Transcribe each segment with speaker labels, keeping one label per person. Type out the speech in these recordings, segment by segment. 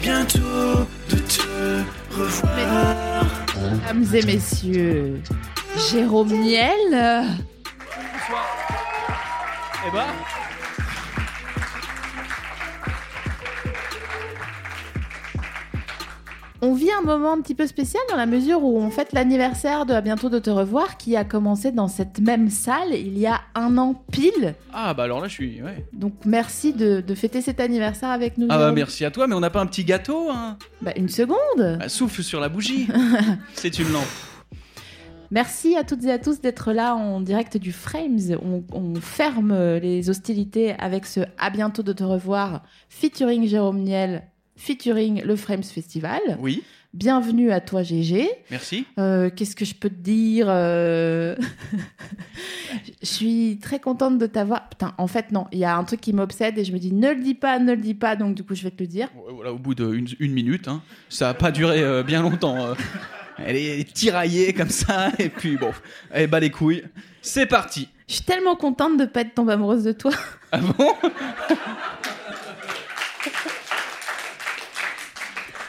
Speaker 1: bientôt de te revoir.
Speaker 2: Mesdames et messieurs, Jérôme Niel. euh,
Speaker 3: Eh ben,
Speaker 2: On vit un moment un petit peu spécial dans la mesure où on fête l'anniversaire de À bientôt de te revoir qui a commencé dans cette même salle il y a un an pile.
Speaker 3: ah bah alors là je suis. ouais.
Speaker 2: Donc merci de, de fêter cet anniversaire avec nous.
Speaker 3: Ah bah
Speaker 2: Jérôme.
Speaker 3: merci à toi, mais on n'a pas un petit gâteau, hein
Speaker 2: Bah, une seconde.
Speaker 3: Bah, Souffle sur la bougie. C'est une lampe.
Speaker 2: Merci à toutes et à tous d'être là en direct du Frames. On, on ferme euh, les hostilités avec ce À bientôt de te revoir featuring Jérôme Niel, featuring le Frames Festival.
Speaker 3: Oui,
Speaker 2: Bienvenue à toi GG.
Speaker 3: merci.
Speaker 2: Euh, Qu'est-ce que je peux te dire Euh, Je suis très contente de t'avoir. Putain, en fait, non, il y a un truc qui m'obsède et je me dis ne le dis pas, ne le dis pas, donc du coup, je vais te le dire.
Speaker 3: Voilà, au bout d'une une minute, hein. ça n'a pas duré euh, bien longtemps. euh. Elle est tiraillée comme ça, et puis bon, elle bat les couilles. C'est parti.
Speaker 2: Je suis tellement contente de pas être tombée amoureuse de toi.
Speaker 3: Ah bon Moi,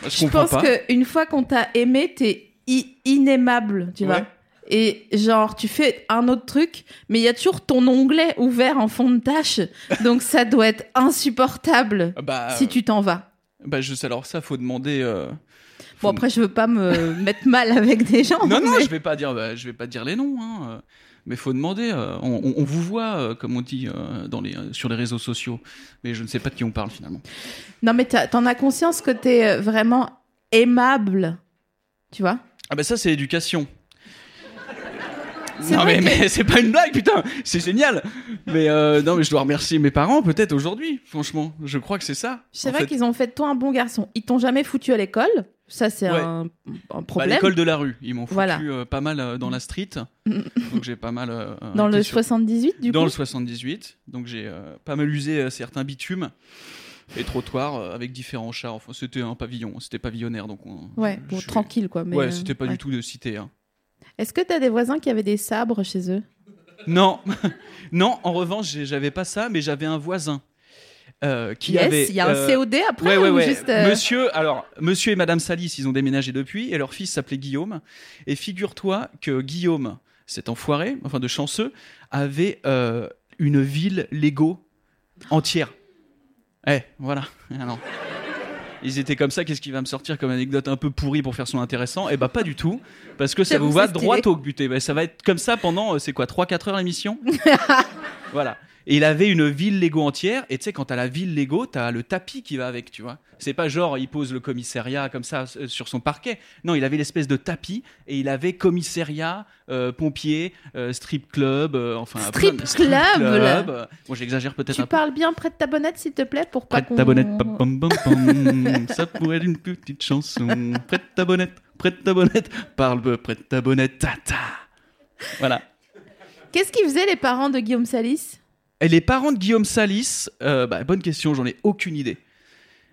Speaker 3: Je,
Speaker 2: Je
Speaker 3: comprends
Speaker 2: pense
Speaker 3: pas.
Speaker 2: qu'une fois qu'on t'a aimé, t'es i- inaimable, tu
Speaker 3: Ouais.
Speaker 2: vois. Et genre, tu fais un autre truc, mais il y a toujours ton onglet ouvert en fond de tâche. Donc ça doit être insupportable
Speaker 3: Bah,
Speaker 2: si tu t'en vas.
Speaker 3: bah je, alors ça, faut demander. euh, faut-
Speaker 2: Bon, après, je veux pas me mettre mal avec des gens.
Speaker 3: Non, non,
Speaker 2: Oh, mais-
Speaker 3: je vais pas dire, bah, je vais pas dire les noms, hein, euh, mais faut demander. euh, on, on- on vous voit, euh, comme on dit, euh, dans les, euh, sur les réseaux sociaux, mais je ne sais pas de qui on parle finalement.
Speaker 2: Non, mais t'as- t'en as conscience que t'es euh, vraiment aimable. Tu vois
Speaker 3: Ah bah ça, c'est éducation.
Speaker 2: C'est
Speaker 3: Non
Speaker 2: vrai
Speaker 3: mais,
Speaker 2: que-
Speaker 3: mais c'est pas une blague, putain, c'est génial. Mais euh, non, mais je dois remercier mes parents peut-être aujourd'hui. Franchement, je crois que c'est ça.
Speaker 2: C'est
Speaker 3: en
Speaker 2: vrai
Speaker 3: fait.
Speaker 2: qu'ils ont fait de toi un bon garçon. Ils t'ont jamais foutu à l'école. Ça, c'est
Speaker 3: Ouais.
Speaker 2: un, un
Speaker 3: Bah,
Speaker 2: problème.
Speaker 3: l'école de la rue, ils m'ont foutu
Speaker 2: Voilà.
Speaker 3: euh, pas mal euh, dans la street, donc j'ai pas mal euh,
Speaker 2: Dans
Speaker 3: été
Speaker 2: le
Speaker 3: sur-
Speaker 2: 78, du
Speaker 3: dans
Speaker 2: coup.
Speaker 3: le 78. Donc j'ai euh, pas mal usé euh, certains bitumes et trottoirs euh, avec différents chars. Enfin, c'était un pavillon, c'était pavillonnaire, donc on-
Speaker 2: Ouais,
Speaker 3: je
Speaker 2: bon,
Speaker 3: suis-
Speaker 2: tranquille, quoi. Mais
Speaker 3: ouais,
Speaker 2: euh,
Speaker 3: c'était pas
Speaker 2: ouais.
Speaker 3: du tout de cité. hein.
Speaker 2: Est-ce que t'as des voisins qui avaient des sabres chez eux
Speaker 3: Non, non. En revanche, j'ai- j'avais pas ça, mais j'avais un voisin euh, qui
Speaker 2: Yes,
Speaker 3: avait.
Speaker 2: il y a un
Speaker 3: euh,
Speaker 2: COD après
Speaker 3: ouais, ouais,
Speaker 2: ou
Speaker 3: ouais.
Speaker 2: juste, euh,
Speaker 3: Monsieur, alors, monsieur et madame Salis, ils ont déménagé depuis, et leur fils s'appelait Guillaume. Et figure-toi que Guillaume, cet enfoiré, enfin de chanceux, avait euh, une ville Lego entière. Eh, voilà. Ah non. Ils étaient comme ça, qu'est-ce qui va me sortir comme anecdote un peu pourrie pour faire son intéressant Eh bah pas du tout, parce que ça
Speaker 2: J'avoue,
Speaker 3: vous va
Speaker 2: c'est stylé.
Speaker 3: droit au but. Eh ben, ça va être comme ça pendant, euh, c'est quoi, 3-4 heures l'émission voilà. Et il avait une ville Lego entière. Et tu sais, quand t'as la ville Lego, t'as le tapis qui va avec, tu vois. C'est pas genre, il pose le commissariat comme ça euh, sur son parquet. Non, il avait l'espèce de tapis et il avait commissariat, euh, pompier, euh, strip club, euh, enfin. plein
Speaker 2: Strip
Speaker 3: de-
Speaker 2: club, là.
Speaker 3: euh, Bon, j'exagère peut-être
Speaker 2: Tu
Speaker 3: un peu.
Speaker 2: parles bien près de ta bonnette, s'il te plaît, pour pas
Speaker 3: Prête
Speaker 2: qu'on...
Speaker 3: ta bonnette, pam, pam, pam, pam. ça pourrait être une petite chanson. Prête ta bonnette, prête ta bonnette, parle, peu, prête ta bonnette, tata. Voilà.
Speaker 2: Qu'est-ce qu'ils faisaient les parents de Guillaume Salis
Speaker 3: Et les parents de Guillaume Salis, euh, bah, bonne question, j'en ai aucune idée.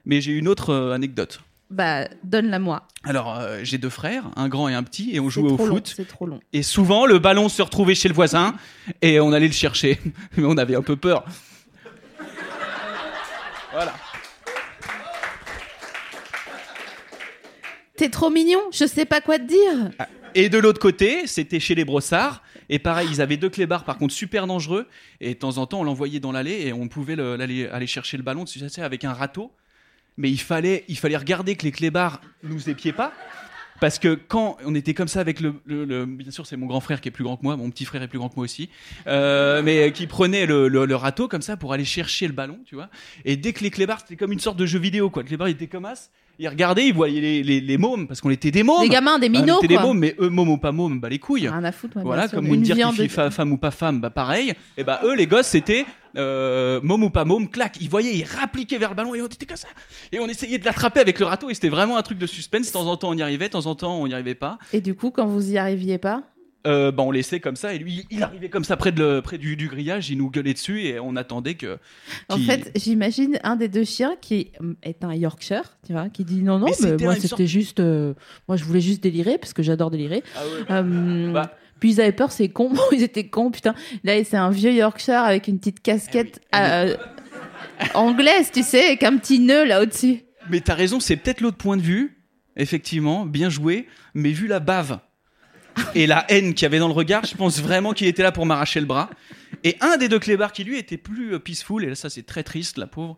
Speaker 3: Mais j'ai une autre euh, anecdote.
Speaker 2: Bah, donne-la moi.
Speaker 3: Alors, euh, j'ai deux frères, un grand et un petit, et on
Speaker 2: C'est
Speaker 3: jouait au
Speaker 2: trop long,
Speaker 3: foot.
Speaker 2: C'est trop long.
Speaker 3: Et souvent, le ballon se retrouvait chez le voisin, et on allait le chercher. Mais on avait un peu peur. Voilà.
Speaker 2: T'es trop mignon, je sais pas quoi te dire.
Speaker 3: Et de l'autre côté, c'était chez les brossards. Et pareil, ils avaient deux clébards, par contre, super dangereux. Et de temps en temps, on l'envoyait dans l'allée et on pouvait le- l'aller- aller chercher le ballon, tu sais, avec un râteau. Mais il fallait, il fallait regarder que les clébards nous épiaient pas. Parce que quand on était comme ça avec le, le- le- bien sûr c'est mon grand frère qui est plus grand que moi, mon petit frère est plus grand que moi aussi, euh, mais qui prenait le, le- le râteau comme ça pour aller chercher le ballon, tu vois. Et dès que les clébards c'était comme une sorte de jeu vidéo quoi. Le clébard il était comme as, il regardait, il voyait les, les, les mômes parce qu'on était des mômes.
Speaker 2: Des gamins, des
Speaker 3: Bah, on
Speaker 2: minots,
Speaker 3: était
Speaker 2: quoi.
Speaker 3: des mômes, mais eux mômes ou pas mômes, bah les couilles.
Speaker 2: Rien à foutre, moi, bien
Speaker 3: Voilà,
Speaker 2: sûr.
Speaker 3: comme vous me dire
Speaker 2: viande
Speaker 3: qui fait fa- femme ou pas femme, bah pareil. Et bah eux, les gosses, c'était euh, môme ou pas môme, clac. Ils voyaient, ils rappliquaient vers le ballon et on était comme ça. Et on essayait de l'attraper avec le râteau et c'était vraiment un truc de suspense. De temps en temps, on y arrivait, de temps en temps, on n'y arrivait pas.
Speaker 2: Et du coup, quand vous y arriviez pas,
Speaker 3: Euh, bah on laissait comme ça et lui, il arrivait comme ça près, de le- près du, du grillage, il nous gueulait dessus et on attendait que.
Speaker 2: en
Speaker 3: qu'il-
Speaker 2: fait, j'imagine un des deux chiens qui hum, est un Yorkshire, tu vois, qui dit non, non,
Speaker 3: Mais
Speaker 2: mais
Speaker 3: c'était
Speaker 2: moi
Speaker 3: une
Speaker 2: c'était
Speaker 3: sorte-
Speaker 2: juste, euh, moi je voulais juste délirer parce que j'adore délirer.
Speaker 3: Ah ouais.
Speaker 2: Euh,
Speaker 3: Bah.
Speaker 2: Puis ils avaient peur, c'est con, ils étaient cons, putain. Là, c'est un vieux Yorkshire avec une petite casquette
Speaker 3: Eh oui, eh
Speaker 2: euh, anglaise, tu sais, avec un petit nœud là au-dessus.
Speaker 3: Mais t'as raison, c'est peut-être l'autre point de vue, effectivement, bien joué, mais vu la bave et la haine qu'il y avait dans le regard, je pense vraiment qu'il était là pour m'arracher le bras. Et un des deux clébards qui lui était plus euh, peaceful, et là ça c'est très triste, la pauvre,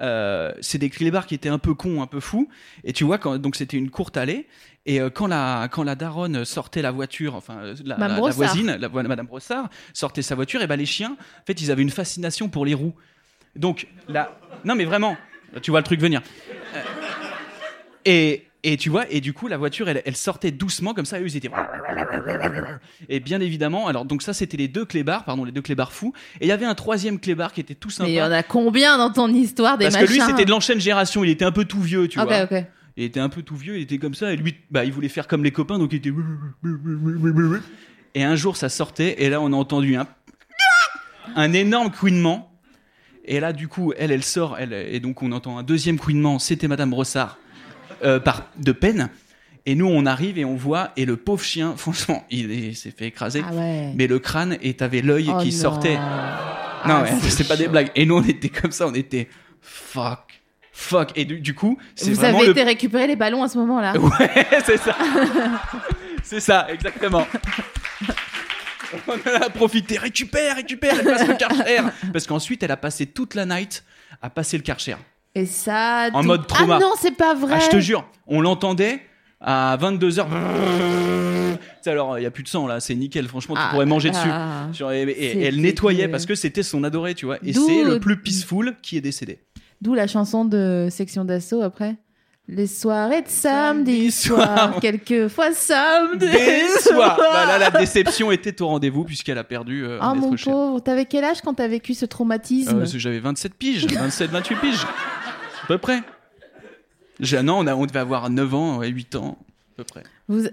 Speaker 3: euh, c'est des clébards qui étaient un peu cons, un peu fous, et tu vois, quand, donc c'était une courte allée, et euh, quand, la, quand la daronne sortait la voiture, enfin euh, la,
Speaker 2: Madame
Speaker 3: la- la
Speaker 2: Brossard.
Speaker 3: voisine, la, vo- Madame Brossard, sortait sa voiture, et ben les chiens, en fait ils avaient une fascination pour les roues. Donc là, non mais vraiment, tu vois le truc venir. Euh, Et, et tu vois, et du coup, la voiture, elle, elle sortait doucement comme ça, et eux, ils étaient. Et bien évidemment, alors, donc ça, c'était les deux clébards, pardon, les deux clébards fous. Et il y avait un troisième clébard qui était tout
Speaker 2: Mais il y en
Speaker 3: sympa.
Speaker 2: a combien dans ton histoire des
Speaker 3: Parce que
Speaker 2: machins Ah, bah,
Speaker 3: lui, c'était de l'ancienne génération, il était un peu tout vieux, tu
Speaker 2: Ok,
Speaker 3: vois.
Speaker 2: ok.
Speaker 3: Il était un peu tout vieux, il était comme ça, et lui, bah, il voulait faire comme les copains, donc il était. Et un jour, ça sortait, et là, on a entendu un. Un énorme couinement. Et là, du coup, elle, elle sort, elle, et donc on entend un deuxième couinement, c'était Madame Brossard, euh, par, de peine. Et nous, on arrive et on voit, et le pauvre chien, franchement, il, est- s'est fait écraser.
Speaker 2: Ah ouais.
Speaker 3: Mais le crâne, et t'avais l'œil
Speaker 2: Oh
Speaker 3: qui
Speaker 2: non.
Speaker 3: sortait. Non,
Speaker 2: Ah,
Speaker 3: ouais, c'est pas des
Speaker 2: chaud.
Speaker 3: blagues. Et nous, on était comme ça, on était fuck, fuck. Et du, du coup, c'est
Speaker 2: Vous
Speaker 3: vraiment
Speaker 2: avez
Speaker 3: le
Speaker 2: été récupérer les ballons à ce moment-là.
Speaker 3: Ouais, c'est ça. c'est ça, exactement. On en a profité. Récupère, récupère, elle passe le Karcher. Parce qu'ensuite, elle a passé toute la night à passer le Karcher.
Speaker 2: Et ça.
Speaker 3: En
Speaker 2: tout-
Speaker 3: mode trauma.
Speaker 2: Ah non, c'est pas vrai.
Speaker 3: Ah, je te jure, on l'entendait à 22h. Alors, il n'y a plus de sang là, c'est nickel. Franchement, tu
Speaker 2: Ah,
Speaker 3: pourrais manger
Speaker 2: ah,
Speaker 3: dessus.
Speaker 2: ah.
Speaker 3: Genre, et, et-
Speaker 2: C'était
Speaker 3: elle nettoyait
Speaker 2: que-
Speaker 3: parce que c'était son adoré, tu vois. Et
Speaker 2: D'où-
Speaker 3: c'est le plus peaceful qui est décédé.
Speaker 2: D'où la chanson de Section d'Assaut après. Les soirées de
Speaker 3: Samedi
Speaker 2: samedi soir,
Speaker 3: soir.
Speaker 2: quelquefois samedi
Speaker 3: Des soirs.
Speaker 2: soir.
Speaker 3: Bah, là, la déception était au rendez-vous puisqu'elle a perdu euh, un
Speaker 2: Oh
Speaker 3: être
Speaker 2: mon
Speaker 3: cher.
Speaker 2: pauvre, t'avais quel âge quand t'as vécu ce traumatisme
Speaker 3: Euh, J'avais 27 piges, 27, 28 piges, à peu près. J'ai- ah non, on, a- on devait avoir 9 ans, ouais, 8 ans, à peu près.
Speaker 2: Vous...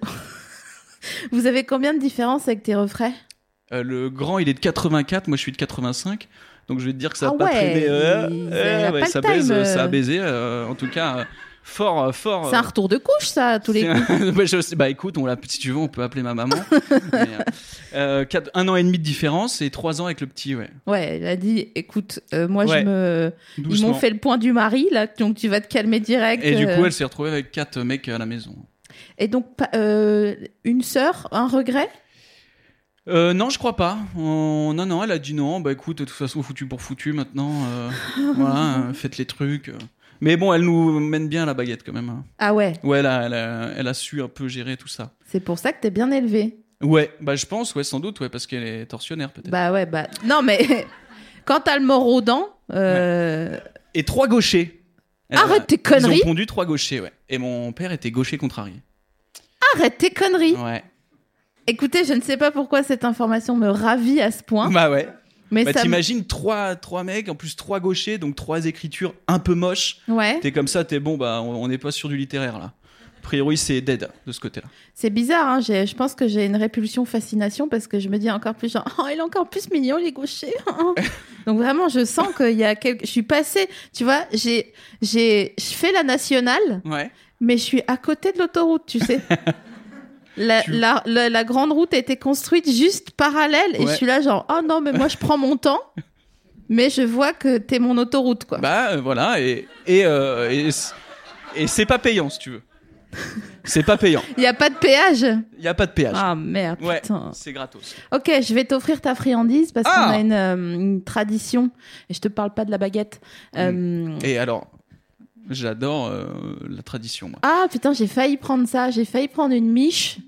Speaker 2: Vous avez combien de différence avec tes refrains
Speaker 3: Euh, le grand, il est de 84, moi je suis de 85. Donc je vais te dire que ça n'a
Speaker 2: Ah
Speaker 3: pas
Speaker 2: ouais,
Speaker 3: traîné. euh,
Speaker 2: il- il
Speaker 3: euh,
Speaker 2: a
Speaker 3: ouais,
Speaker 2: pas le
Speaker 3: ça,
Speaker 2: time,
Speaker 3: baise,
Speaker 2: euh.
Speaker 3: ça a baisé, euh, en tout cas, euh, fort, euh, fort.
Speaker 2: C'est
Speaker 3: euh,
Speaker 2: un retour de couche ça, à tous les
Speaker 3: c'est
Speaker 2: coups.
Speaker 3: un- bah, je sais- bah, écoute, on l'a- si tu veux, on peut appeler ma maman. Mais, euh, euh, quatre- un an et demi de différence et 3 ans avec le petit, ouais.
Speaker 2: Ouais, elle a dit, écoute, euh, moi
Speaker 3: Ouais.
Speaker 2: je me... Ils
Speaker 3: Doucement.
Speaker 2: m'ont fait le point du mari là, donc tu vas te calmer direct.
Speaker 3: Et du
Speaker 2: euh.
Speaker 3: coup, elle s'est retrouvée avec 4 mecs à la maison.
Speaker 2: Et donc, pa- euh, une sœur, un regret
Speaker 3: Euh, non, je crois pas. Euh, non, non, elle a dit non. Bah écoute, de toute façon, foutu pour foutu maintenant. euh, voilà, euh, faites les trucs. euh. Mais bon, elle nous mène bien à la baguette quand même. hein.
Speaker 2: Ah ouais,
Speaker 3: Ouais, elle a, elle, a, elle a su un peu gérer tout ça.
Speaker 2: c'est pour ça que t'es bien élevé.
Speaker 3: Ouais, bah je pense, ouais, sans doute, ouais, parce qu'elle est tortionnaire peut-être.
Speaker 2: Bah ouais, bah. Non, mais quand t'as le mort aux dents. euh,
Speaker 3: Et trois gauchers. Elle a-
Speaker 2: Arrête tes
Speaker 3: Ils
Speaker 2: conneries
Speaker 3: ont pondu trois gauchers, ouais. Et mon père était gaucher contrarié.
Speaker 2: Arrête tes conneries
Speaker 3: Ouais.
Speaker 2: Écoutez, je ne sais pas pourquoi cette information me ravit à ce point,
Speaker 3: bah ouais.
Speaker 2: mais
Speaker 3: Bah
Speaker 2: Hein ça. me-
Speaker 3: t'imagines trois, trois mecs, en plus trois gauchers, donc trois écritures un peu moches.
Speaker 2: Ouais.
Speaker 3: T'es comme ça, t'es bon, bah on on n'est pas sur du littéraire là. A priori, c'est dead de ce côté-là.
Speaker 2: C'est bizarre, hein, j'ai- je pense que j'ai une répulsion fascination parce que je me dis encore plus genre, oh, il est encore plus mignon, il est gaucher. hein. Donc vraiment, je sens qu'il y a quelque. Je suis passée, tu vois, j'ai, j'ai, je fais la nationale,
Speaker 3: Ouais.
Speaker 2: mais je suis à côté de l'autoroute, tu sais. La,
Speaker 3: Tu-
Speaker 2: la- la- la grande route a été construite juste parallèle et
Speaker 3: Ouais.
Speaker 2: je suis là genre, oh non, mais moi je prends mon temps, mais je vois que t'es mon autoroute, quoi.
Speaker 3: Bah euh, voilà, et, et, euh, et, c- et c'est pas payant si tu veux. C'est pas payant.
Speaker 2: Il n'y a pas de péage.
Speaker 3: Il y a pas de péage.
Speaker 2: Ah merde,
Speaker 3: Bah, ouais,
Speaker 2: putain.
Speaker 3: c'est gratos.
Speaker 2: Ok, je vais t'offrir ta friandise parce
Speaker 3: Ah
Speaker 2: qu'on a une, euh, une tradition. Et je te parle pas de la baguette. Euh,
Speaker 3: Et alors, J'adore euh, la tradition, moi.
Speaker 2: Ah putain, j'ai failli prendre ça. J'ai failli prendre une miche,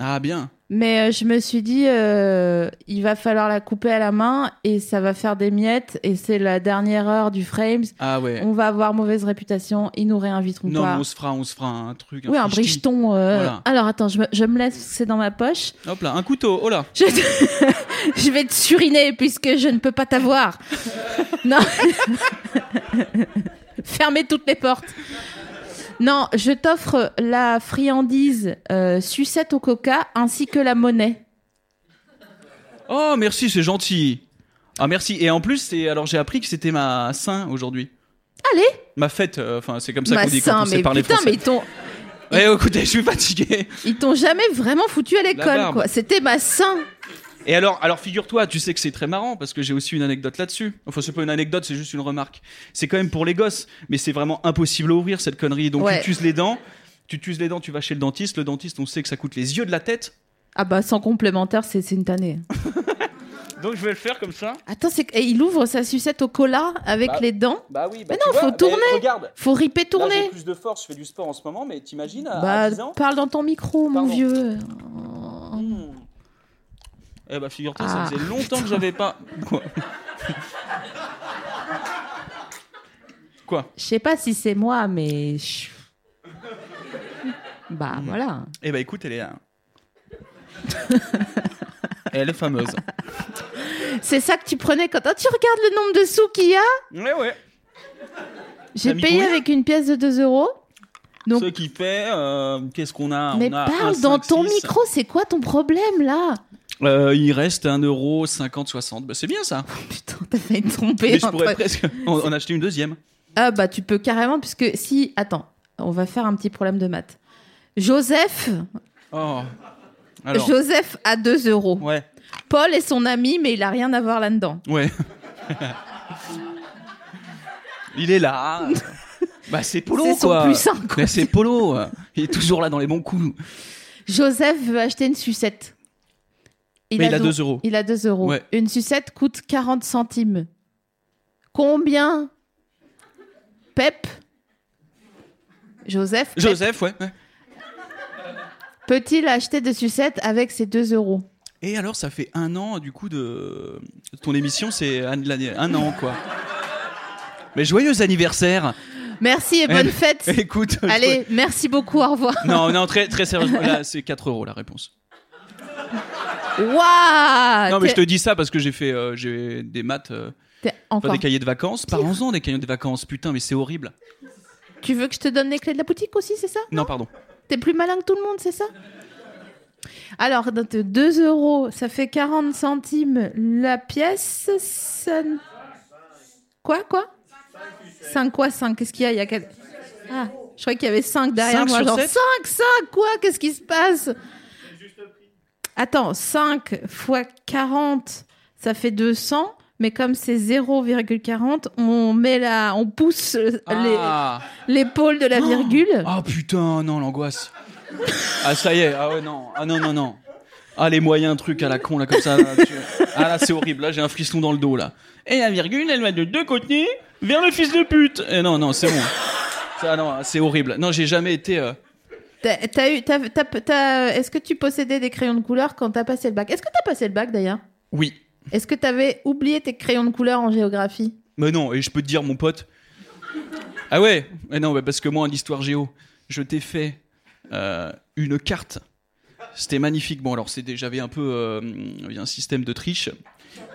Speaker 3: Ah, bien.
Speaker 2: mais euh, je me suis dit, euh, il va falloir la couper à la main et ça va faire des miettes. Et c'est la dernière heure du Frames.
Speaker 3: Ah, ouais.
Speaker 2: On va avoir mauvaise réputation. Ils nous réinviteront
Speaker 3: Non,
Speaker 2: pas.
Speaker 3: mais on se fera, on se fera un truc.
Speaker 2: oui, un
Speaker 3: frichti.
Speaker 2: bricheton. euh,
Speaker 3: Voilà.
Speaker 2: Alors attends, je me, je me laisse, parce que c'est dans ma poche.
Speaker 3: Hop là, un couteau, oh là.
Speaker 2: Je, te- je vais te suriner puisque je ne peux pas t'avoir. non. Fermez toutes les portes. Non, je t'offre la friandise euh, sucette au coca ainsi que la monnaie.
Speaker 3: Oh, merci, c'est gentil. Ah, merci. Et en plus, c'est alors j'ai appris que c'était ma Saint aujourd'hui.
Speaker 2: Allez,
Speaker 3: Ma fête, euh, enfin, c'est comme ça
Speaker 2: ma
Speaker 3: qu'on dit quand
Speaker 2: sain,
Speaker 3: on sait
Speaker 2: mais
Speaker 3: parler
Speaker 2: putain,
Speaker 3: français.
Speaker 2: mais ils t'ont,
Speaker 3: Ouais, écoutez, je suis fatigué.
Speaker 2: ils t'ont jamais vraiment foutu à l'école,
Speaker 3: barbe.
Speaker 2: quoi. C'était ma sain.
Speaker 3: Et alors, alors figure-toi, tu sais que c'est très marrant parce que j'ai aussi une anecdote là-dessus. Enfin, c'est pas une anecdote, c'est juste une remarque. C'est quand même pour les gosses, mais c'est vraiment impossible à ouvrir cette connerie. Donc
Speaker 2: Ouais.
Speaker 3: tu tues les dents, tu tues les dents, tu vas chez le dentiste. Le dentiste, on sait que ça coûte les yeux de la tête.
Speaker 2: Ah bah, sans complémentaire, c'est, c'est une tannée.
Speaker 3: Donc je vais le faire comme ça.
Speaker 2: Attends, c'est, et il ouvre sa sucette au cola avec
Speaker 3: Bah.
Speaker 2: les dents.
Speaker 3: Bah oui.
Speaker 2: Mais tu non, vois, faut mais tourner.
Speaker 3: regarde.
Speaker 2: Faut riper tourner.
Speaker 3: plus de force, je fais du sport en ce moment, mais t'imagines
Speaker 2: Bah, parle dans ton micro, mon
Speaker 3: Pardon.
Speaker 2: vieux.
Speaker 3: Hmm. Eh bah figure-toi,
Speaker 2: Ah,
Speaker 3: ça faisait longtemps que j'avais pas. Quoi Quoi
Speaker 2: Je sais pas si c'est moi, mais. je- Bah voilà.
Speaker 3: Eh bah écoute, elle est là. hein. elle est fameuse.
Speaker 2: C'est ça que tu prenais quand. Oh, tu regardes le nombre de sous qu'il y a
Speaker 3: Ouais Eh ouais.
Speaker 2: J'ai
Speaker 3: T'as mis
Speaker 2: payé
Speaker 3: combien
Speaker 2: avec une pièce de 2 euros. Donc-
Speaker 3: Ce qui fait, euh, qu'est-ce qu'on a
Speaker 2: Mais
Speaker 3: On a
Speaker 2: parle
Speaker 3: un,
Speaker 2: dans
Speaker 3: cinq,
Speaker 2: ton
Speaker 3: six.
Speaker 2: micro, c'est quoi ton problème là
Speaker 3: Euh, il reste 1,50€-60€. Bah, c'est bien ça.
Speaker 2: Putain, t'as failli te tromper.
Speaker 3: Mais je
Speaker 2: entre-
Speaker 3: pourrais presque en, en acheter une deuxième.
Speaker 2: Ah bah tu peux carrément, puisque si. Attends, on va faire un petit problème de maths. Joseph,
Speaker 3: Oh. Alors.
Speaker 2: Joseph a 2 euros.
Speaker 3: Ouais.
Speaker 2: Paul est son ami, mais il a rien à voir là-dedans.
Speaker 3: Ouais. il est là. Bah c'est Polo
Speaker 2: C'est son
Speaker 3: quoi.
Speaker 2: plus simple, quoi.
Speaker 3: Mais c'est Polo. Il est toujours là dans les bons coups.
Speaker 2: Joseph veut acheter une sucette.
Speaker 3: Mais il a
Speaker 2: donc-
Speaker 3: 2 euros.
Speaker 2: Il a 2 euros.
Speaker 3: Ouais.
Speaker 2: Une sucette coûte 40 centimes. Combien Pep Joseph, Pep,
Speaker 3: Joseph, ouais. ouais.
Speaker 2: peut-il acheter des sucettes avec ces 2 euros
Speaker 3: Et alors ça fait un an du coup de ton émission, c'est un, l'année- un an quoi. Mais joyeux anniversaire.
Speaker 2: Merci et bonne
Speaker 3: Eh,
Speaker 2: fête.
Speaker 3: Écoute. je-
Speaker 2: Allez, merci beaucoup, au revoir.
Speaker 3: Non, non, très, très sérieusement. Là, c'est 4 euros la réponse.
Speaker 2: Waouh
Speaker 3: non, mais je te
Speaker 2: Ah, T'es-
Speaker 3: dis ça parce que j'ai fait euh, j'ai des maths, euh,
Speaker 2: t'es-
Speaker 3: enfin,
Speaker 2: Encore.
Speaker 3: des cahiers de vacances. Parlons-en des cahiers de vacances. Putain, mais c'est horrible.
Speaker 2: Tu veux que je te donne les clés de la boutique aussi, c'est ça
Speaker 3: Non, pardon.
Speaker 2: T'es plus malin que tout le monde, c'est ça Alors, donc, 2 euros, ça fait 40 centimes la pièce. ça n- Quoi, quoi 5 quoi 5 Qu'est-ce qu'il y a, Il y a quel- Ah, je croyais qu'il y avait 5 derrière
Speaker 3: Cinq
Speaker 2: moi.
Speaker 3: sur
Speaker 2: Genre, 5,
Speaker 3: sept
Speaker 2: 5 quoi Qu'est-ce qui se passe Attends, 5 fois 40, ça fait 200. Mais comme c'est 0,40, on met la, on pousse euh,
Speaker 3: Ah.
Speaker 2: les- l'épaule de la virgule.
Speaker 3: Ah putain, non, l'angoisse. Ah ça y est, ah ouais, non, ah non, non, non. Ah les moyens trucs à la con là comme ça. là, tu- Ah là c'est horrible, là j'ai un frisson dans le dos là. Et la virgule, elle va de deux côtés vers le fils de pute. Et non, non, c'est bon. Ça non, c'est horrible. Non, j'ai jamais été. euh,
Speaker 2: T'as- t'as eu- t'as- t'as- t'as- Est-ce que tu possédais des crayons de couleur quand t'as passé le bac Est-ce que t'as passé le bac d'ailleurs
Speaker 3: Oui,
Speaker 2: Est-ce que t'avais oublié tes crayons de couleur en géographie
Speaker 3: mais non. Et je peux te dire mon pote. Ah ouais, mais non, mais parce que moi en histoire géo, je t'ai fait euh, une carte. C'était magnifique. Bon alors c'était, j'avais un peu, euh, il y avait un système de triche.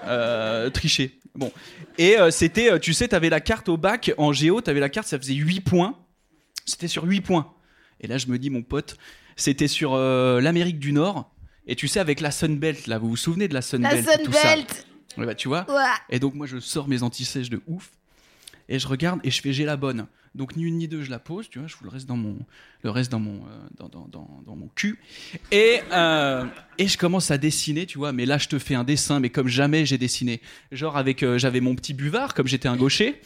Speaker 3: euh, tricher. Bon. Et euh, c'était, euh, tu sais, t'avais la carte au bac en géo, t'avais la carte, ça faisait 8 points. C'était sur 8 points. Et là, je me dis, mon pote, c'était sur euh, l'Amérique du Nord. Et tu sais, avec la Sunbelt, là, vous vous souvenez de la Sunbelt
Speaker 2: La
Speaker 3: et tout ça
Speaker 2: Sunbelt
Speaker 3: Ouais, bah, tu vois.
Speaker 2: Ouah.
Speaker 3: Et donc, moi, je sors mes anti-sèches de ouf. Et je regarde et je fais, j'ai la bonne. Donc, ni une ni deux, je la pose, tu vois, je vous le reste dans mon, le reste dans mon, euh, dans, dans, dans, dans mon cul. Et, euh, et je commence à dessiner, tu vois. Mais là, je te fais un dessin, mais comme jamais j'ai dessiné. Genre, avec, euh, j'avais mon petit buvard, comme j'étais un gaucher.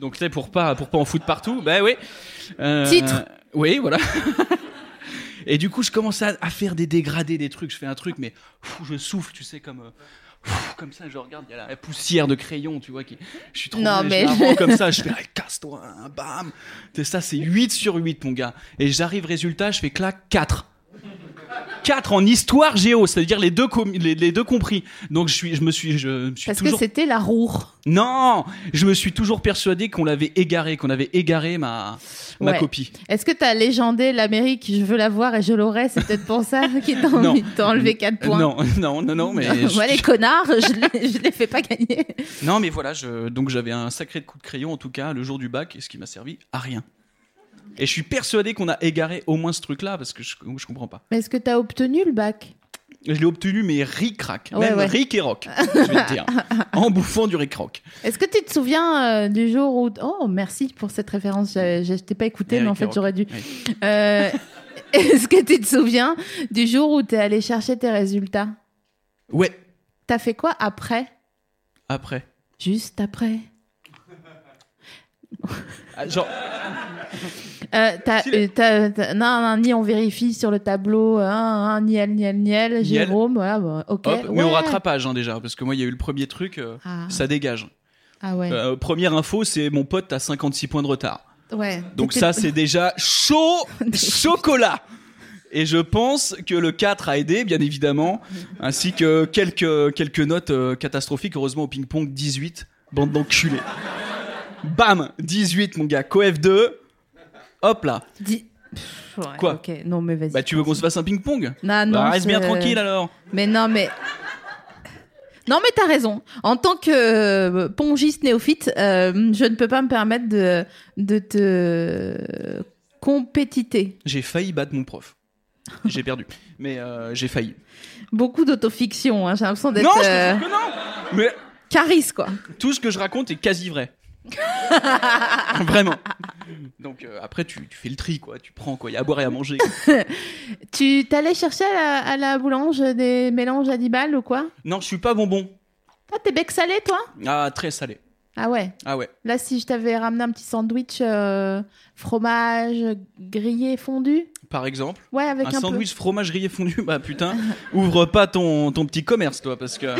Speaker 3: Donc, tu sais, pour pas, pour pas en foutre partout, bah oui. Euh,
Speaker 2: Titre.
Speaker 3: Oui, voilà. Et du coup, je commence à, à faire des dégradés, des trucs. Je fais un truc, mais pff, je souffle, tu sais, comme. euh, pff, comme ça, je regarde, il y a la poussière de crayon, tu vois. Qui... Je suis trop
Speaker 2: Non,
Speaker 3: nul,
Speaker 2: mais-
Speaker 3: je la prends comme ça, je fais, Ah, casse-toi, hein, bam. C'est ça, c'est 8 sur 8, mon gars. Et j'arrive, résultat, je fais clac 4. 4 en histoire géo, c'est-à-dire les deux, com- les, les deux compris. Donc je, suis, je me suis, je me suis
Speaker 2: Parce
Speaker 3: toujours
Speaker 2: que c'était la roure.
Speaker 3: non, je me suis toujours persuadé qu'on l'avait égaré, qu'on avait égaré ma, ma
Speaker 2: Ouais.
Speaker 3: copie.
Speaker 2: Est-ce que t'as légendé l'Amérique Je veux la voir et je l'aurai. C'est peut-être pour ça qu'il t'a
Speaker 3: Non.
Speaker 2: envie de t'enlever 4 points.
Speaker 3: Euh, Non, non, non, non, mais je-
Speaker 2: Moi, les connards, je les, je les fais pas gagner.
Speaker 3: non, mais voilà, je, donc j'avais un sacré coup de crayon en tout cas le jour du bac, ce qui m'a servi à rien. Et je suis persuadé qu'on a égaré au moins ce truc-là parce que je, je comprends pas.
Speaker 2: Mais est-ce que t'as obtenu le bac
Speaker 3: Je l'ai obtenu mais ric rac,
Speaker 2: Ouais,
Speaker 3: même
Speaker 2: ouais.
Speaker 3: ric et roc, je vais te dire, en bouffant du ric roc.
Speaker 2: Est-ce que tu te souviens euh, du jour où... Oh, merci pour cette référence. Je, je t'ai pas écouté, mais en
Speaker 3: Eric
Speaker 2: fait,
Speaker 3: Laroque.
Speaker 2: j'aurais dû.
Speaker 3: Oui.
Speaker 2: Euh, Est-ce que tu te souviens du jour où t'es allé chercher tes résultats
Speaker 3: Ouais,
Speaker 2: T'as fait quoi après
Speaker 3: après.
Speaker 2: Juste après
Speaker 3: Ah, Genre,
Speaker 2: Euh, t'as-
Speaker 3: Si, mais-
Speaker 2: euh, t'as- t'as- non, non, ni on vérifie sur le tableau, hein, hein, niel, niel, niel, Jérôme, voilà, bah, ok.
Speaker 3: hop, mais au
Speaker 2: ouais.
Speaker 3: rattrapage hein, déjà, parce que moi il y a eu le premier truc, euh,
Speaker 2: Ah,
Speaker 3: ça dégage.
Speaker 2: ah ouais.
Speaker 3: Euh, première info, c'est mon pote à 56 points de retard.
Speaker 2: ouais.
Speaker 3: Donc
Speaker 2: T'étais-
Speaker 3: ça, c'est déjà chaud chocolat. Et je pense que le 4 a aidé, bien évidemment, ainsi que quelques, quelques notes euh, catastrophiques. Heureusement, au ping-pong, 18, bande d'enculés. Bam 18, mon gars, coef 2. Hop là.
Speaker 2: Dis- Pff, ouais,
Speaker 3: Quoi
Speaker 2: Ok, non, mais vas-y.
Speaker 3: Bah, tu veux qu'on se fasse un ping-pong
Speaker 2: Non, non.
Speaker 3: bah, Reste bien
Speaker 2: c'est- euh,
Speaker 3: tranquille alors.
Speaker 2: Mais non, mais. Non, mais t'as raison. En tant que euh, pongiste néophyte, euh, je ne peux pas me permettre de, de te compétiter.
Speaker 3: J'ai failli battre mon prof. J'ai perdu. Mais euh, j'ai failli.
Speaker 2: Beaucoup d'autofiction, hein, j'ai l'impression
Speaker 3: Non,
Speaker 2: d'être
Speaker 3: je
Speaker 2: euh,
Speaker 3: te jure que non Mais
Speaker 2: Caris, quoi.
Speaker 3: tout ce que je raconte est quasi vrai. Vraiment. Donc euh, après, tu, tu fais le tri, quoi. Tu prends, quoi. Il y a à boire et à manger.
Speaker 2: Tu t'allais chercher à la, à la boulange des mélanges à 10 balles ou quoi
Speaker 3: Non, je suis pas bonbon.
Speaker 2: Ah, t'es bec salé, toi
Speaker 3: Ah, très salé.
Speaker 2: Ah ouais.
Speaker 3: Ah ouais.
Speaker 2: Là, si je t'avais ramené un petit sandwich euh, fromage grillé fondu
Speaker 3: Par exemple,
Speaker 2: Ouais, avec un,
Speaker 3: un sandwich fromage grillé fondu, bah putain, ouvre pas ton, ton petit commerce, toi, parce que.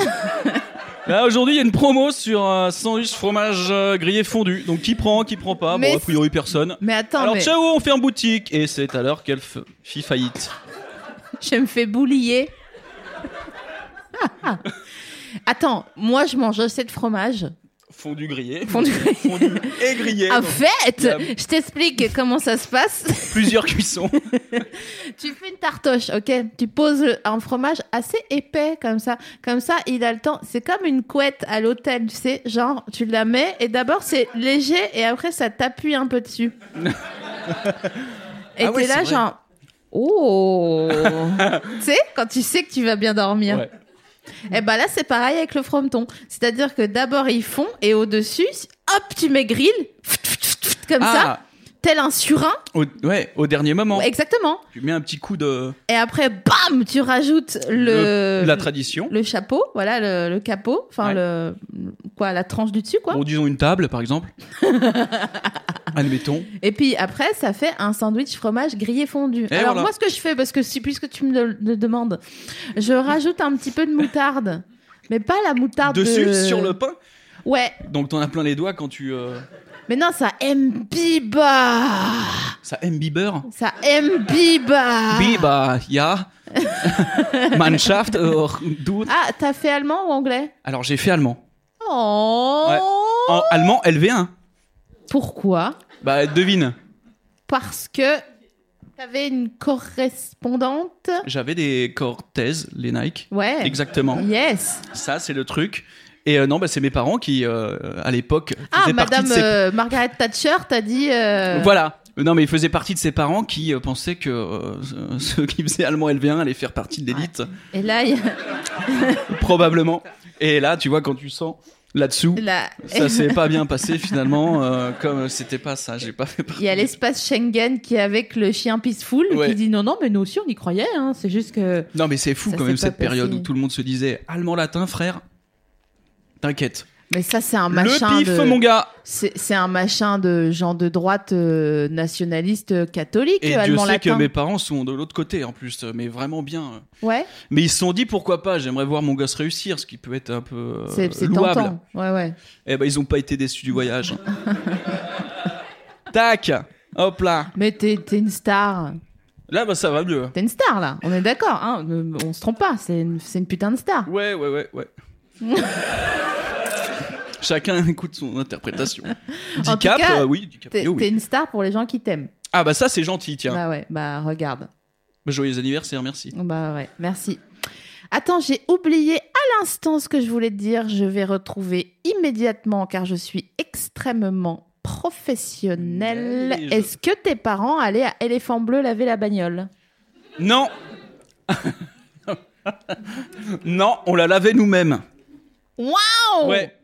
Speaker 3: Là, aujourd'hui, il y a une promo sur un sandwich fromage euh, grillé fondu. Donc, qui prend, qui prend pas
Speaker 2: Mais
Speaker 3: Bon, a priori, personne.
Speaker 2: peu. Mais attends,
Speaker 3: Alors,
Speaker 2: mais
Speaker 3: ciao, on fait en boutique. Et c'est alors qu'elle f- fit faillite.
Speaker 2: je me fais boulier. attends, moi, je mange assez de fromage.
Speaker 3: Fondu grillé.
Speaker 2: Fondu. Ah,
Speaker 3: Fondu et grillé.
Speaker 2: En
Speaker 3: donc
Speaker 2: fait,
Speaker 3: la-
Speaker 2: je t'explique comment ça se passe.
Speaker 3: plusieurs cuissons.
Speaker 2: Tu fais une tartoche, ok Tu poses le- un fromage assez épais comme ça. Comme ça, il a le temps. C'est comme une couette à l'hôtel, tu sais. Genre, tu la mets et d'abord c'est léger et après ça t'appuie un peu dessus. et
Speaker 3: Ah ouais,
Speaker 2: t'es là,
Speaker 3: c'est vrai.
Speaker 2: genre. Oh Tu sais, quand tu sais que tu vas bien dormir.
Speaker 3: Ouais.
Speaker 2: Et ben là, c'est pareil avec le frometon. C'est-à-dire que d'abord ils font et au-dessus, hop, tu mets grille, comme ça,
Speaker 3: ah,
Speaker 2: tel un surin.
Speaker 3: au, ouais, au dernier moment.
Speaker 2: Exactement.
Speaker 3: Tu mets un petit coup de
Speaker 2: Et après, bam, tu rajoutes
Speaker 3: le-
Speaker 2: le,
Speaker 3: la tradition.
Speaker 2: le chapeau, voilà, le, le capot, enfin
Speaker 3: Ouais.
Speaker 2: le quoi, la tranche du dessus, quoi.
Speaker 3: Bon, disons une table, par exemple. Admettons.
Speaker 2: Et puis après, ça fait un sandwich fromage grillé fondu.
Speaker 3: Et
Speaker 2: Alors
Speaker 3: voilà.
Speaker 2: moi, ce que je fais, parce que si- puisque tu me le, le demandes, je rajoute un petit peu de moutarde, mais pas la moutarde
Speaker 3: Dessus,
Speaker 2: de-
Speaker 3: sur le pain.
Speaker 2: Ouais,
Speaker 3: Donc t'en as plein les doigts quand tu... euh,
Speaker 2: mais non, ça bah. imbiba,
Speaker 3: ça aime Bieber
Speaker 2: ça imbiba.
Speaker 3: Bieber, ja. Mannschaft, euh, du-
Speaker 2: Ah, t'as fait allemand ou anglais
Speaker 3: Alors j'ai fait allemand.
Speaker 2: Oh.
Speaker 3: Ouais. En allemand, LV1.
Speaker 2: Pourquoi
Speaker 3: Bah devine,
Speaker 2: parce que t'avais une correspondante.
Speaker 3: j'avais des Cortez, les Nike.
Speaker 2: Ouais.
Speaker 3: Exactement.
Speaker 2: Yes.
Speaker 3: Ça, c'est le truc. Et euh, non, bah, c'est mes parents qui, euh, à l'époque,
Speaker 2: Ah,
Speaker 3: faisaient partie
Speaker 2: Madame
Speaker 3: de ces...
Speaker 2: euh, Margaret Thatcher t'as dit. euh,
Speaker 3: Voilà. Non, mais il faisait partie de ses parents qui euh, pensaient que euh, ce- ceux qui faisaient allemand LV1 allaient faire partie de l'élite,
Speaker 2: Et là, il y a
Speaker 3: probablement. Et là, tu vois, quand tu sens là-dessous,
Speaker 2: la-
Speaker 3: ça s'est pas bien passé finalement, euh, comme c'était pas ça, j'ai pas fait
Speaker 2: il
Speaker 3: partie.
Speaker 2: y a l'espace Schengen qui est avec le chien Peaceful
Speaker 3: Ouais.
Speaker 2: qui dit non, non, mais nous aussi on y croyait. hein, C'est juste que.
Speaker 3: Non, mais c'est fou
Speaker 2: Ça
Speaker 3: quand même
Speaker 2: s'est pas
Speaker 3: cette période
Speaker 2: passé.
Speaker 3: où tout le monde se disait allemand-latin, frère, t'inquiète.
Speaker 2: Mais ça, c'est un machin.
Speaker 3: le pif,
Speaker 2: de...
Speaker 3: mon gars.
Speaker 2: C'est c'est un machin de gens de droite euh, nationaliste euh, catholique
Speaker 3: Et Dieu
Speaker 2: allemand
Speaker 3: sait que
Speaker 2: latin.
Speaker 3: mes parents sont de l'autre côté en plus, euh, mais vraiment bien. euh.
Speaker 2: Ouais,
Speaker 3: Mais ils se sont dit pourquoi pas, j'aimerais voir mon gosse réussir, ce qui peut être un peu euh,
Speaker 2: c'est c'est
Speaker 3: louable.
Speaker 2: tentant. Ouais, ouais.
Speaker 3: Eh ben ils ont pas été déçus du voyage. Tac, hop là.
Speaker 2: Mais t'es t'es une star.
Speaker 3: Là bah ça va mieux.
Speaker 2: T'es une star là. On est d'accord. Hein Euh, on se trompe pas. C'est une, c'est une putain de star.
Speaker 3: Ouais ouais ouais ouais. Chacun écoute son interprétation. Dicap,
Speaker 2: cas,
Speaker 3: euh, oui,
Speaker 2: T'es
Speaker 3: DiCaprio, oui.
Speaker 2: t'es une star pour les gens qui t'aiment.
Speaker 3: Ah bah ça c'est gentil, tiens. Bah,
Speaker 2: Bah ouais. Bah regarde.
Speaker 3: Joyeux anniversaire, merci.
Speaker 2: Bah ouais. Merci. Attends, j'ai oublié à l'instant ce que je voulais te dire. Je vais retrouver immédiatement car je suis extrêmement professionnelle.
Speaker 3: Mais je-
Speaker 2: Est-ce que tes parents allaient à Éléphant Bleu laver la bagnole
Speaker 3: Non. non, on la lavait nous-mêmes.
Speaker 2: Oh
Speaker 3: Ouais.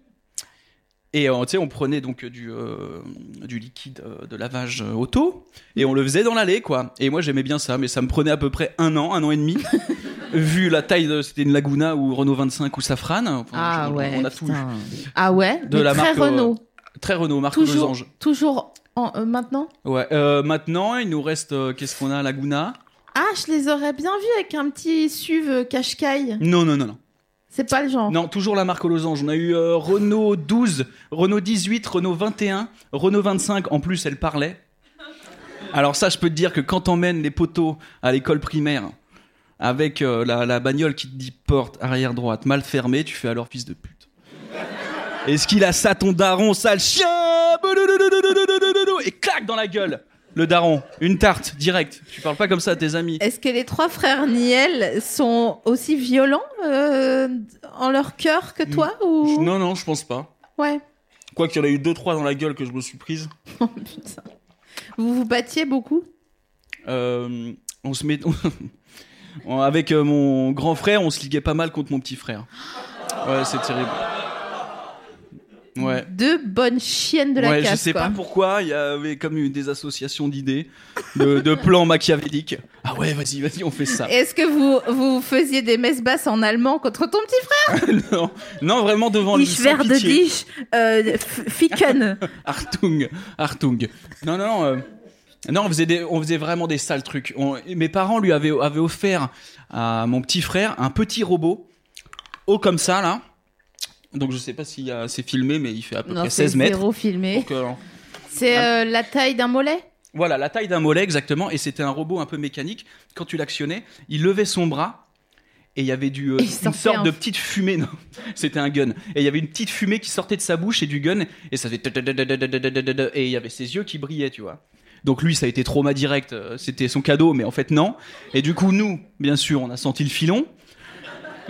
Speaker 3: Et euh, tu sais, on prenait donc du, euh, du liquide euh, de lavage euh, auto et on le faisait dans l'allée, quoi. Et moi, j'aimais bien ça, mais ça me prenait à peu près un an, un an et demi. vu la taille, de, c'était une Laguna ou Renault 25 ou Safran. Enfin,
Speaker 2: Ah
Speaker 3: je- on,
Speaker 2: ouais.
Speaker 3: a tout eu.
Speaker 2: putain. Ah ouais.
Speaker 3: De
Speaker 2: mais
Speaker 3: la
Speaker 2: très
Speaker 3: marque, euh,
Speaker 2: Renault.
Speaker 3: Très Renault, marque
Speaker 2: toujours.
Speaker 3: Losange.
Speaker 2: Toujours en, euh, maintenant.
Speaker 3: Ouais. Euh, maintenant, il nous reste, euh, qu'est-ce qu'on a, Laguna
Speaker 2: Ah, je les aurais bien vus avec un petit SUV euh, cache-caille.
Speaker 3: Non, non, non, non.
Speaker 2: C'est pas le genre.
Speaker 3: Non, toujours la marque Losange. On a eu euh, Renault 12, Renault 18, Renault 21, Renault 25. En plus, elle parlait. Alors ça, je peux te dire que quand t'emmènes les poteaux à l'école primaire avec euh, la, la bagnole qui te dit porte arrière droite mal fermée, tu fais alors fils de pute. Est-ce qu'il a ça ton daron, sale chien Boulou-doulou-doulou-doulou-doulou Et claque dans la gueule le daron, une tarte, direct. Tu parles pas comme ça à tes amis.
Speaker 2: Est-ce que les trois frères Niel sont aussi violents euh, en leur cœur que toi ou
Speaker 3: Non, non, je pense pas.
Speaker 2: Ouais.
Speaker 3: Quoi qu'il y en a eu deux, trois dans la gueule que je me suis prise.
Speaker 2: Oh, putain. Vous vous battiez beaucoup
Speaker 3: Euh, on se met on- avec euh, mon grand frère, on se liguait pas mal contre mon petit frère. Ouais, c'est terrible. Ouais.
Speaker 2: Deux bonnes chiennes de la
Speaker 3: ouais,
Speaker 2: casse.
Speaker 3: je sais
Speaker 2: quoi.
Speaker 3: pas pourquoi, il y avait comme eu des associations d'idées, de, de plans machiavéliques. Ah ouais, vas-y, vas-y, on fait ça.
Speaker 2: Est-ce que vous, vous faisiez des messes basses en allemand contre ton petit frère
Speaker 3: non, non, vraiment devant lui.
Speaker 2: Ich
Speaker 3: sans
Speaker 2: werde
Speaker 3: pitié.
Speaker 2: dich euh, f- ficken.
Speaker 3: Artung, Artung. Non, non, non. euh, non, on faisait, des- on faisait vraiment des sales trucs. On- mes parents lui avaient, avaient offert à mon petit frère un petit robot, haut comme ça, là. Donc je sais pas si c'est filmé, mais il fait à peu
Speaker 2: non,
Speaker 3: près
Speaker 2: c'est
Speaker 3: 16 mètres.
Speaker 2: zéro filmé.
Speaker 3: Donc, euh,
Speaker 2: C'est euh, la taille d'un mollet
Speaker 3: voilà, la taille d'un mollet exactement. Et c'était un robot un peu mécanique. Quand tu l'actionnais, il levait son bras. Et il y avait du, euh,
Speaker 2: Et il
Speaker 3: une
Speaker 2: sortait
Speaker 3: sorte
Speaker 2: un-
Speaker 3: de petite fumée. Non, c'était un gun. Et il y avait une petite fumée qui sortait de sa bouche et du gun. Et ça faisait. Et il y avait ses yeux qui brillaient, tu vois. Donc lui, ça a été trauma direct. euh, C'était son cadeau, mais en fait, non. Et du coup, nous, bien sûr, on a senti le filon.